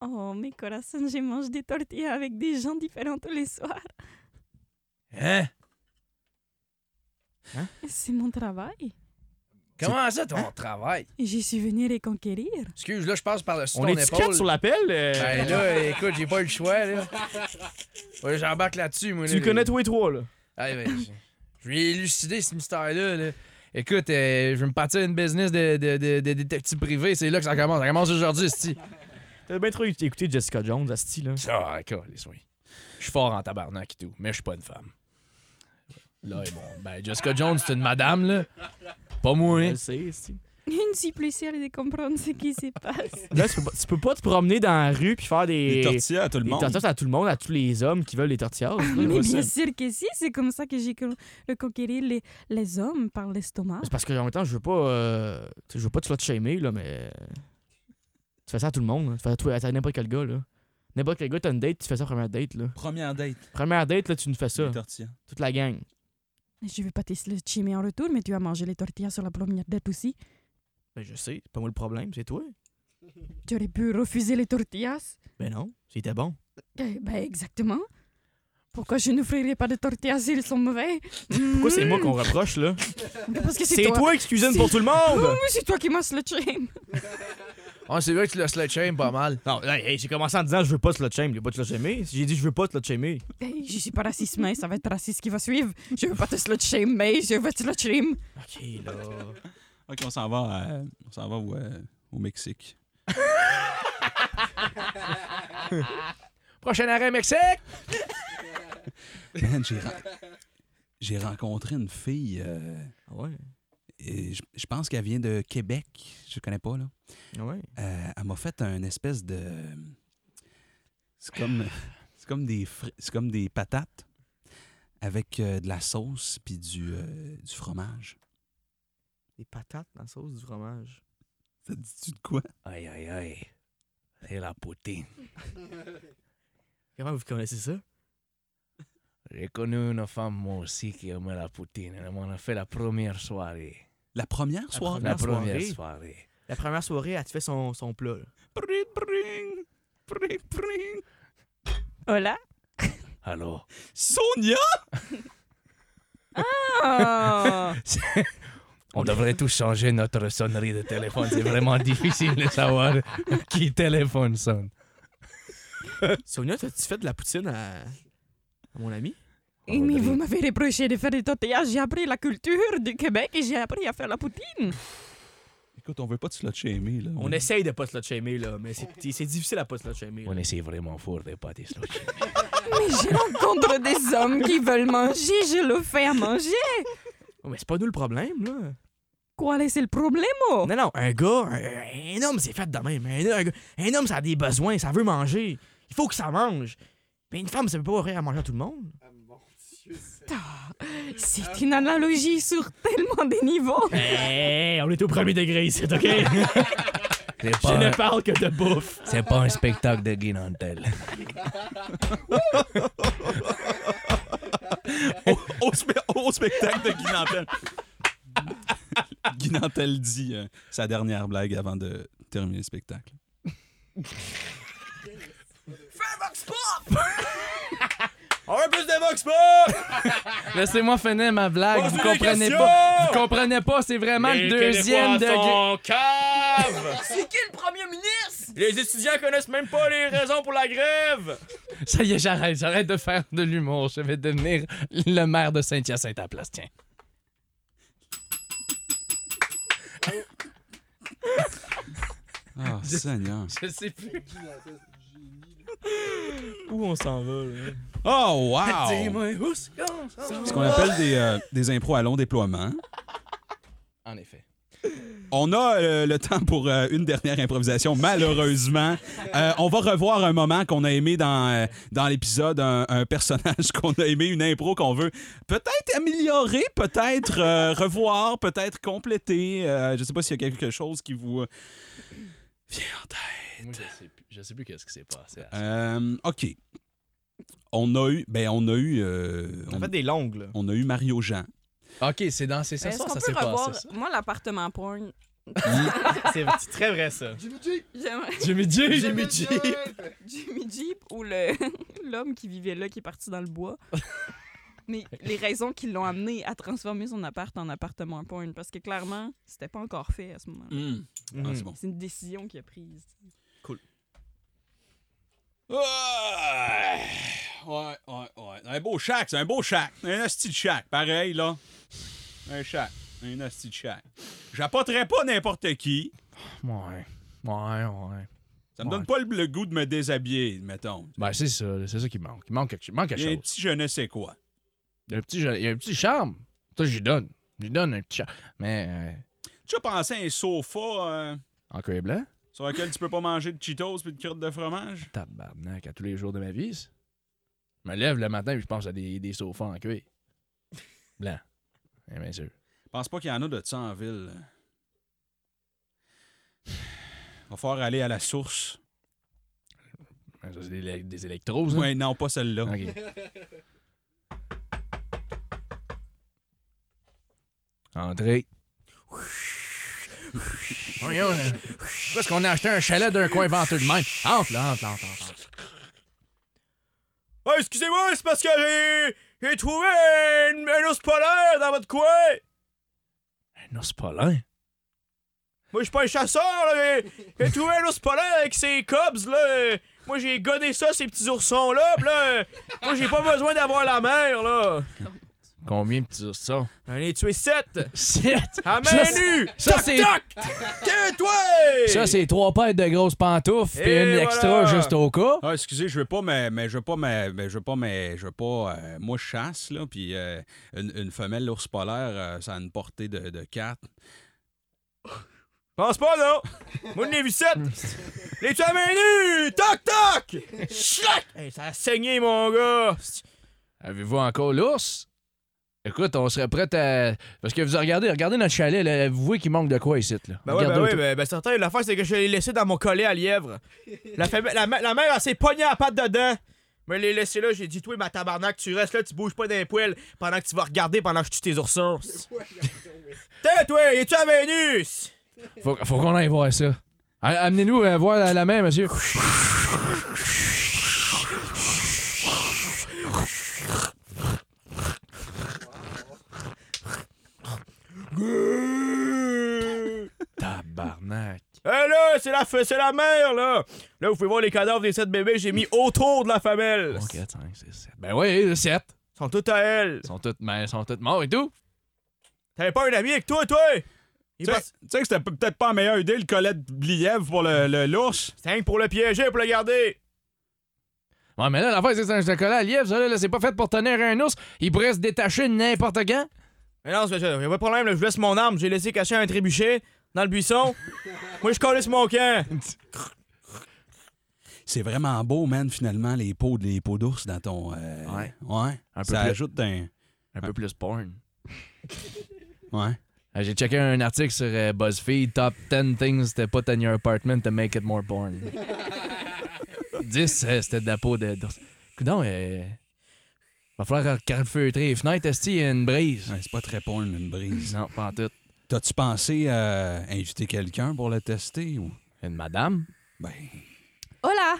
Speaker 3: Oh, mes corazones, je mange des tortillas avec des gens différents tous les soirs.
Speaker 2: Hein?
Speaker 3: C'est mon travail.
Speaker 2: Comment ça, ton travail?
Speaker 3: Je suis venue reconquérir.
Speaker 2: Excuse, là, je passe par-dessus
Speaker 4: On
Speaker 2: ton
Speaker 4: est quatre
Speaker 2: épaule.
Speaker 4: sur l'appel? euh?
Speaker 2: Ben là, écoute, j'ai pas eu le choix, là. Ouais, j'embarque là-dessus, moi.
Speaker 4: tu
Speaker 2: là,
Speaker 4: le connais tous les trois, là.
Speaker 2: Ah, ben, je- je vais élucider ce mystère-là. là. Écoute, euh, je vais me partir une business de, de, de, de détective privé. C'est là que ça commence. Ça commence aujourd'hui, Sti.
Speaker 4: T'as bien trop écouté Jessica Jones, à ce là.
Speaker 2: Ah, écoute, les soins. Je suis fort en tabarnak et tout, mais je suis pas une femme. Là, et bon, ben, Jessica Jones, c'est une madame, là. Pas moi,
Speaker 4: Je
Speaker 2: hein.
Speaker 4: le sais, esti.
Speaker 3: Je ne suis plus sûre de comprendre ce qui se passe.
Speaker 4: Là, tu peux, pas, tu peux pas te promener dans la rue puis faire des.
Speaker 1: Des tortillas à tout le
Speaker 4: des
Speaker 1: monde.
Speaker 4: tortillas à tout le monde, à tous les hommes qui veulent les tortillas. là.
Speaker 3: Mais bien sûr que si, c'est comme ça que j'ai con- reconquérir les, les hommes par l'estomac.
Speaker 4: C'est parce que en même temps, je veux pas. euh, tu sais, je veux pas te slut shamer, là, mais. Tu fais ça à tout le monde. là. Tu fais ça à tout- à n'importe quel gars, là. N'importe quel gars, t'as une date, tu fais ça à première date, là.
Speaker 1: Première date,
Speaker 4: Première date, là, tu nous fais ça.
Speaker 1: des tortillas.
Speaker 4: Toute la gang.
Speaker 3: Je ne veux pas te le chimer en retour, mais tu as mangé les tortillas sur la première date aussi.
Speaker 4: Ben, je sais, c'est pas moi le problème, c'est toi.
Speaker 3: Tu aurais pu refuser les tortillas.
Speaker 4: Ben non, c'était bon.
Speaker 3: Eh ben, exactement. Pourquoi je n'offrirais pas de tortillas s'ils sont mauvais
Speaker 4: Pourquoi c'est moi qu'on reproche, là?
Speaker 3: Parce que
Speaker 4: C'est toi. qui cuisine pour tout le
Speaker 3: Oh,
Speaker 4: monde!
Speaker 3: mais c'est toi qui m'as le shame.
Speaker 2: Ah, c'est vrai que tu le slut shame pas mal.
Speaker 4: non, hey, hey, j'ai commencé en disant je veux pas te le shame, j'ai pas te le shamer. J'ai dit je veux pas te le shamer.
Speaker 3: Eh, Je suis pas raciste, mais ça va être raciste qui va suivre. Je veux pas te slut shame, mais je veux te slut shame.
Speaker 4: Ok, là.
Speaker 1: OK, on s'en va, à- on s'en va ouais, au Mexique.
Speaker 2: Prochain arrêt, Mexique!
Speaker 1: Man, j'ai, ren- j'ai rencontré une fille... euh,
Speaker 4: Ah ouais.
Speaker 1: et je, je pense qu'elle vient de Québec. Je connais pas, là.
Speaker 4: Ah ouais.
Speaker 1: Euh, elle m'a fait un espèce de... C'est comme, c'est comme, des, fri- c'est comme des patates avec euh, de la sauce puis du, euh, du fromage.
Speaker 4: Des patates dans la sauce du fromage.
Speaker 1: Ça te dit-tu de quoi?
Speaker 2: Aïe, aïe, aïe. C'est la poutine.
Speaker 4: Comment vous connaissez ça?
Speaker 2: J'ai connu une femme, moi aussi, qui aimait la poutine. Elle m'en a fait la première soirée.
Speaker 1: La première soirée?
Speaker 2: La
Speaker 4: Première soirée.
Speaker 2: première soirée.
Speaker 4: La première soirée, elle te fait son, son plat. là.
Speaker 1: Pring, pring, pring, pring.
Speaker 3: Hola.
Speaker 2: Allô?
Speaker 1: Sonia!
Speaker 5: Ah.
Speaker 3: Oh.
Speaker 2: On devrait tous changer notre sonnerie de téléphone. C'est vraiment difficile de savoir qui téléphone sonne.
Speaker 4: Sonia, t'as-tu fait de la poutine à, à mon ami?
Speaker 3: Et mais vous m'avez reproché de faire des tortillas. J'ai appris la culture du Québec et j'ai appris à faire la poutine.
Speaker 1: Écoute, on veut pas te slut shamer, là.
Speaker 4: On essaye de pas se le shamer, là, mais c'est c'est difficile à pas se le shamer. là.
Speaker 7: On essaie vraiment fort de pas des sluts.
Speaker 3: Mais je rencontre des hommes qui veulent manger, je le fais à manger.
Speaker 4: Oh, mais c'est pas nous le problème, là.
Speaker 3: Quoi, c'est le problème? oh?
Speaker 4: Non, non, un gars, un, un homme, c'est fait de même. Un, un gars- un homme, ça a des besoins, ça veut manger. Il faut que ça mange. Mais une femme, ça peut pas ouvrir à manger à tout le monde.
Speaker 3: C'est une analogie sur tellement des niveaux.
Speaker 4: Hey, Eh, on est au premier degré ici, OK?
Speaker 7: C'est
Speaker 4: Je
Speaker 7: pas,
Speaker 4: ne
Speaker 7: un-
Speaker 4: parle que de bouffe.
Speaker 7: c'est pas un spectacle de Guinantel.
Speaker 1: au, au spe- au spectacle de Guinantel. Guinantel dit euh, sa dernière blague avant de terminer le spectacle.
Speaker 4: On veut plus de Vox Pop!
Speaker 2: Laissez-moi finir ma blague.
Speaker 4: Posez
Speaker 2: Vous
Speaker 4: des
Speaker 2: comprenez
Speaker 4: questions!
Speaker 2: pas. Vous comprenez pas, c'est vraiment
Speaker 4: Les
Speaker 2: le deuxième
Speaker 4: Québécois
Speaker 2: degré.
Speaker 4: sont caves! Les étudiants connaissent même pas les raisons pour la grève!
Speaker 2: Ça y est, j'arrête. J'arrête de faire de l'humour. Je vais devenir le maire de Saint-Hyacinthe à la place. Tiens.
Speaker 1: Ah, Seigneur.
Speaker 2: Je sais plus.
Speaker 4: Où on s'en va, là?
Speaker 1: Oh, wow! Ce qu'on appelle des, euh, des impros à long déploiement.
Speaker 2: En effet.
Speaker 1: On a euh, le temps pour euh, une dernière improvisation, malheureusement. Euh, on va revoir un moment qu'on a aimé dans, euh, dans l'épisode, un, un personnage qu'on a aimé, une impro qu'on veut peut-être améliorer, peut-être euh, revoir, peut-être compléter. Euh, je sais pas s'il y a quelque chose qui vous euh, vient en tête.
Speaker 2: Moi, je sais plus. Je sais plus qu'est-ce qui s'est passé.
Speaker 1: Euh, OK. On a eu... Ben, on a eu... euh,
Speaker 4: On
Speaker 1: on,
Speaker 4: fait des longues, là.
Speaker 1: on a eu Mario Jean.
Speaker 2: Ok, c'est dans ces
Speaker 3: Est-ce
Speaker 2: sessions,
Speaker 3: qu'on
Speaker 2: ça s'est
Speaker 3: peut revoir,
Speaker 2: passé. ça.
Speaker 3: moi, l'appartement porn,
Speaker 4: C'est c'est très vrai, ça.
Speaker 3: j'aimerais
Speaker 2: Jimmy J.
Speaker 3: Jimmy Jeep ou le- l'homme qui vivait là, qui est parti dans le bois. Mais les raisons qui l'ont amené à transformer son appart en appartement porn, parce que clairement, c'était pas encore fait à ce moment-là.
Speaker 4: Mm.
Speaker 1: Ah, c'est bon.
Speaker 3: C'est une décision qu'il a prise.
Speaker 1: Ouais, ouais, ouais. Un beau shack, c'est un beau shack. Un hostie de shack, pareil, là. Un shack, un hostie de shack. J'apporterai pas n'importe qui.
Speaker 7: Ouais. Ouais, ouais.
Speaker 1: Ça me
Speaker 7: Ouais.
Speaker 1: donne pas le, le goût de me déshabiller, mettons.
Speaker 7: Ben, c'est ça, là, c'est ça qui manque. Il manque quelque, il manque quelque
Speaker 1: Il y a un
Speaker 7: chose.
Speaker 1: petit je ne sais quoi.
Speaker 7: Il y a un petit, il y a un petit charme. Ça, j'y donne. J'y donne un petit charme. Mais, euh,
Speaker 1: Tu as pensé à un sofa euh,
Speaker 7: en cuir blanc,
Speaker 1: sur lequel tu peux pas manger de Cheetos puis de crottes de fromage?
Speaker 7: tabarnak, à tous les jours de ma vie. ça. Je me lève le matin et je pense à des, des sofas en cuir. Blanc. Eh bien sûr.
Speaker 1: Je pense pas qu'il y en a de ça en ville. Va falloir aller à la source.
Speaker 7: Ça, c'est des, des électros, ça.
Speaker 1: Ouais, non, pas celle-là.
Speaker 7: Ok. Entrez. Voyons, là. Pourquoi est-ce qu'on a acheté un chalet d'un coin venteux de même? Entre, là, entre, entre, entre. entre.
Speaker 4: Ah, excusez-moi, c'est parce que j'ai, j'ai trouvé une- un ours polaire dans votre coin.
Speaker 7: Un ours polaire?
Speaker 4: Moi, je suis pas un chasseur, là, mais j'ai trouvé un ours polaire avec ses cobs, là. Moi, j'ai godé ça, ces petits oursons-là, pis là, moi, j'ai pas besoin d'avoir la mer, là.
Speaker 7: Combien de petits ours sont?
Speaker 4: J'en ai tué sept,
Speaker 7: Shit!
Speaker 4: à main
Speaker 7: Ça, c'est-
Speaker 4: nue.
Speaker 7: ça,
Speaker 4: Toc,
Speaker 7: c'est-
Speaker 4: toc! Tiens-toi!
Speaker 7: Ça, c'est trois paires de grosses pantoufles et
Speaker 4: Et
Speaker 2: une
Speaker 4: voilà.
Speaker 2: extra juste au cas.
Speaker 1: Ah, excusez, je veux pas, mais, mais je veux pas, mais, mais je veux pas, mais je veux pas. euh, moi, je chasse, là, puis euh, une, une femelle ours polaire, euh, ça a une portée de, de 4.
Speaker 4: Pense pas, non. Moi, j'en ai vu sept. Les tué à main nue. Toc, toc! Chlac! Hey, ça a saigné, mon gars.
Speaker 7: Avez-vous encore l'ours? Écoute, on serait prêt à. Parce que vous regardez, regardez notre chalet, là, vous voyez qu'il manque de quoi ici, là.
Speaker 4: Ben ouais, ben
Speaker 7: Regardez
Speaker 4: oui,
Speaker 7: autour.
Speaker 4: ben, ben certain. L'affaire, c'est que je l'ai laissé dans mon collet à lièvre. La, femme- la, ma- la mère, elle s'est pognée à la patte dedans. Mais l'ai laissé là, j'ai dit, toi, ma tabarnak, tu restes là, tu bouges pas d'un poil pendant que tu vas regarder pendant que je tue tes oursons. T'es, toi, es-tu à Vénus?
Speaker 7: Faut, faut qu'on aille voir ça. A- Amenez-nous euh, voir la, la main, monsieur. Tabarnak.
Speaker 4: Hé Eh, là, c'est la, f- c'est la mère, là. Là, vous pouvez voir les cadavres des sept bébés, j'ai mis autour de la femelle.
Speaker 7: 4, 5, 6, 7. Ben oui, 7.
Speaker 4: Ils sont tous à elle.
Speaker 7: Ils sont toutes, mais ils sont toutes morts et tout.
Speaker 4: T'avais pas un ami avec toi, toi?
Speaker 1: Tu sais tu sais que c'était peut-être pas la meilleure idée, le collet de lièvre pour le- le- l'ours.
Speaker 4: C'est rien que pour le piéger, pour le garder.
Speaker 2: Ouais, mais là, l'affaire, c'est que c'est un collet à lièvre, ça, là, là, c'est pas fait pour tenir un ours. Il pourrait se détacher de n'importe quand.
Speaker 4: Mais non, c'est- c'est- y a pas de problème, là, je laisse mon arme. J'ai laissé cacher un trébuchet dans le buisson. Moi, je collais sur mon camp.
Speaker 1: C'est vraiment beau, man, finalement, les peaux, les peaux d'ours dans ton. euh,
Speaker 2: Ouais.
Speaker 1: Ouais.
Speaker 2: Un peu
Speaker 1: Ça
Speaker 2: plus-
Speaker 1: ajoute un.
Speaker 2: Un peu plus porn.
Speaker 1: Ouais.
Speaker 2: Ah, J'ai checké un article sur euh, BuzzFeed, Top 10 Things to Put in Your Apartment to Make It More Porn. 10, euh, c'était de la peau de... d'ours. Coudon, euh, va falloir carfeutrer les fenêtres, est-ce qu'il y a une brise?
Speaker 1: Ouais, c'est pas très porn, une brise.
Speaker 2: Non, pas en tout.
Speaker 1: T'as-tu pensé euh, inviter quelqu'un pour le tester ou.
Speaker 2: Une madame?
Speaker 1: Ben.
Speaker 5: Hola!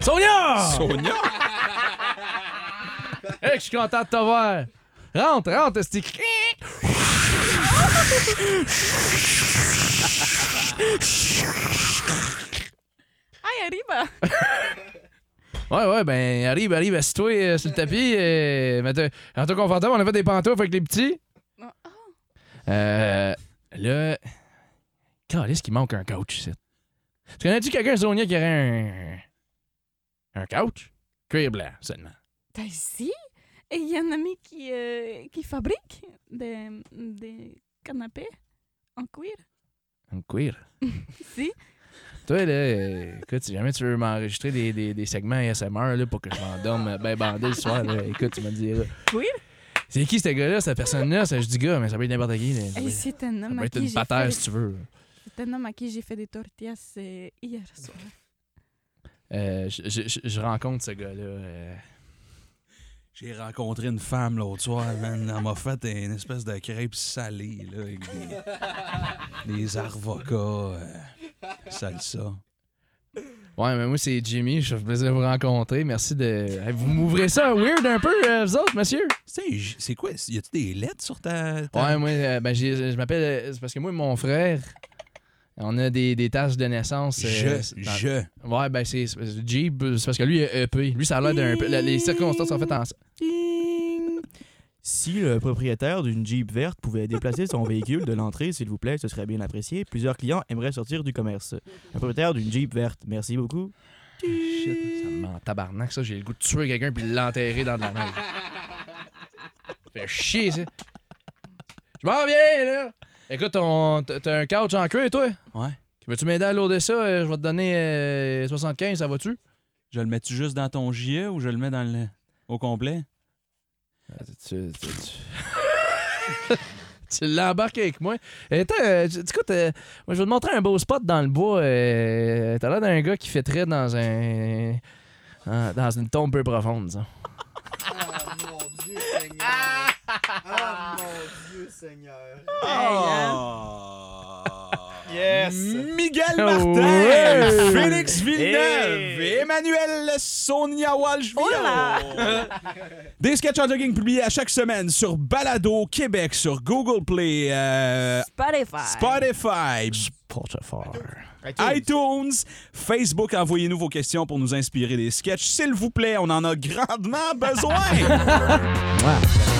Speaker 2: Sonia!
Speaker 1: Sonia!
Speaker 2: Hey, je suis content de te voir! Rentre, rentre, est-ce que-
Speaker 5: Hi, arriba!
Speaker 2: Ouais, ouais, ben, arrive, arrive, assis-toi euh, sur le tapis. Euh, mais t'es- rends-toi confortable, on a fait des pantoufles avec les petits. Euh, là, calisse qu'il manque un coach, ici. Tu connais-tu quelqu'un, Sonia, qui aurait un. un coach? Cuir blanc, seulement.
Speaker 3: T'as ici? Et il y a un ami qui, euh, qui fabrique des, des canapés en cuir.
Speaker 2: Un cuir.
Speaker 3: Si.
Speaker 2: Toi, là, euh, écoute, si jamais tu veux m'enregistrer des, des, des segments ASMR là, pour que je m'endorme euh, ben bandé le soir, là, écoute, tu me diras.
Speaker 3: Cuir?
Speaker 2: C'est qui ce gars-là, cette personne-là? Ça, Je dis gars, mais ça peut être n'importe qui. là. Ça peut
Speaker 3: Et
Speaker 2: être-
Speaker 3: c'est un
Speaker 2: Ah ça
Speaker 3: homme
Speaker 2: peut
Speaker 3: à
Speaker 2: être
Speaker 3: qui
Speaker 2: une
Speaker 3: j'ai
Speaker 2: patère,
Speaker 3: fait,
Speaker 2: si tu veux.
Speaker 3: c'est un homme à qui j'ai fait des tortillas euh, hier soir.
Speaker 2: Euh, je, je- je- je rencontre ce gars-là. euh,
Speaker 1: J'ai rencontré une femme l'autre soir, man. Elle m'a fait une espèce de crêpe salée, là, avec des, des avocats, euh, salsa.
Speaker 2: Ouais, mais moi, c'est Jimmy. Je suis plaisir de vous rencontrer. Merci de. Hey, vous m'ouvrez ça weird un peu, euh, vous autres, monsieur?
Speaker 1: C'est j- c'est quoi? Y a-tu des lettres sur ta. ta-
Speaker 2: Ouais, moi, euh, ben, j'ai- je m'appelle. euh, C'est parce que moi et mon frère, on a des, des tâches de naissance. euh,
Speaker 1: Je,
Speaker 2: dans-
Speaker 1: je.
Speaker 2: Ouais, ben, c'est. c'est- Jeep, c'est parce que lui, il a EP. Lui, ça a l'air d'un peu. la- Les circonstances sont faites en.
Speaker 4: Ding. Si le propriétaire d'une Jeep verte pouvait déplacer son véhicule de l'entrée, s'il vous plaît, ce serait bien apprécié. Plusieurs clients aimeraient sortir du commerce. Le propriétaire d'une Jeep verte, merci beaucoup.
Speaker 2: Shit, ça me ment Ah, tabarnak, ça. J'ai le goût de tuer quelqu'un puis de l'enterrer dans de la neige. Ça fait chier, ça. Je m'en viens, là. Écoute, on- t'as t'as un couch en cuir, toi?
Speaker 1: Ouais.
Speaker 2: Veux-tu m'aider à loader ça? Euh, Je vais te donner euh, 75, ça va-tu?
Speaker 1: Je le mets-tu juste dans ton JE ou je le mets dans le. au complet?
Speaker 2: Tu, tu, l'embarques avec moi. Et t'as, euh, tu- écoute, euh, moi, je vais te montrer un beau spot dans le bois. euh, T'as l'air d'un gars qui fêterait dans un. en- dans une tombe peu profonde, ça.
Speaker 4: Yes!
Speaker 1: Oh. Miguel
Speaker 2: Oh,
Speaker 1: Martin,
Speaker 2: ouais.
Speaker 1: Félix Villeneuve,
Speaker 4: Hey.
Speaker 1: Emmanuel Sonia walsh Des sketchs en jogging publiés à chaque semaine sur Balado Québec, sur Google Play, euh,
Speaker 10: Spotify.
Speaker 1: Spotify, iTunes, Facebook. Envoyez-nous vos questions pour nous inspirer des sketchs. S'il vous plaît, on en a grandement besoin.
Speaker 2: Ouais.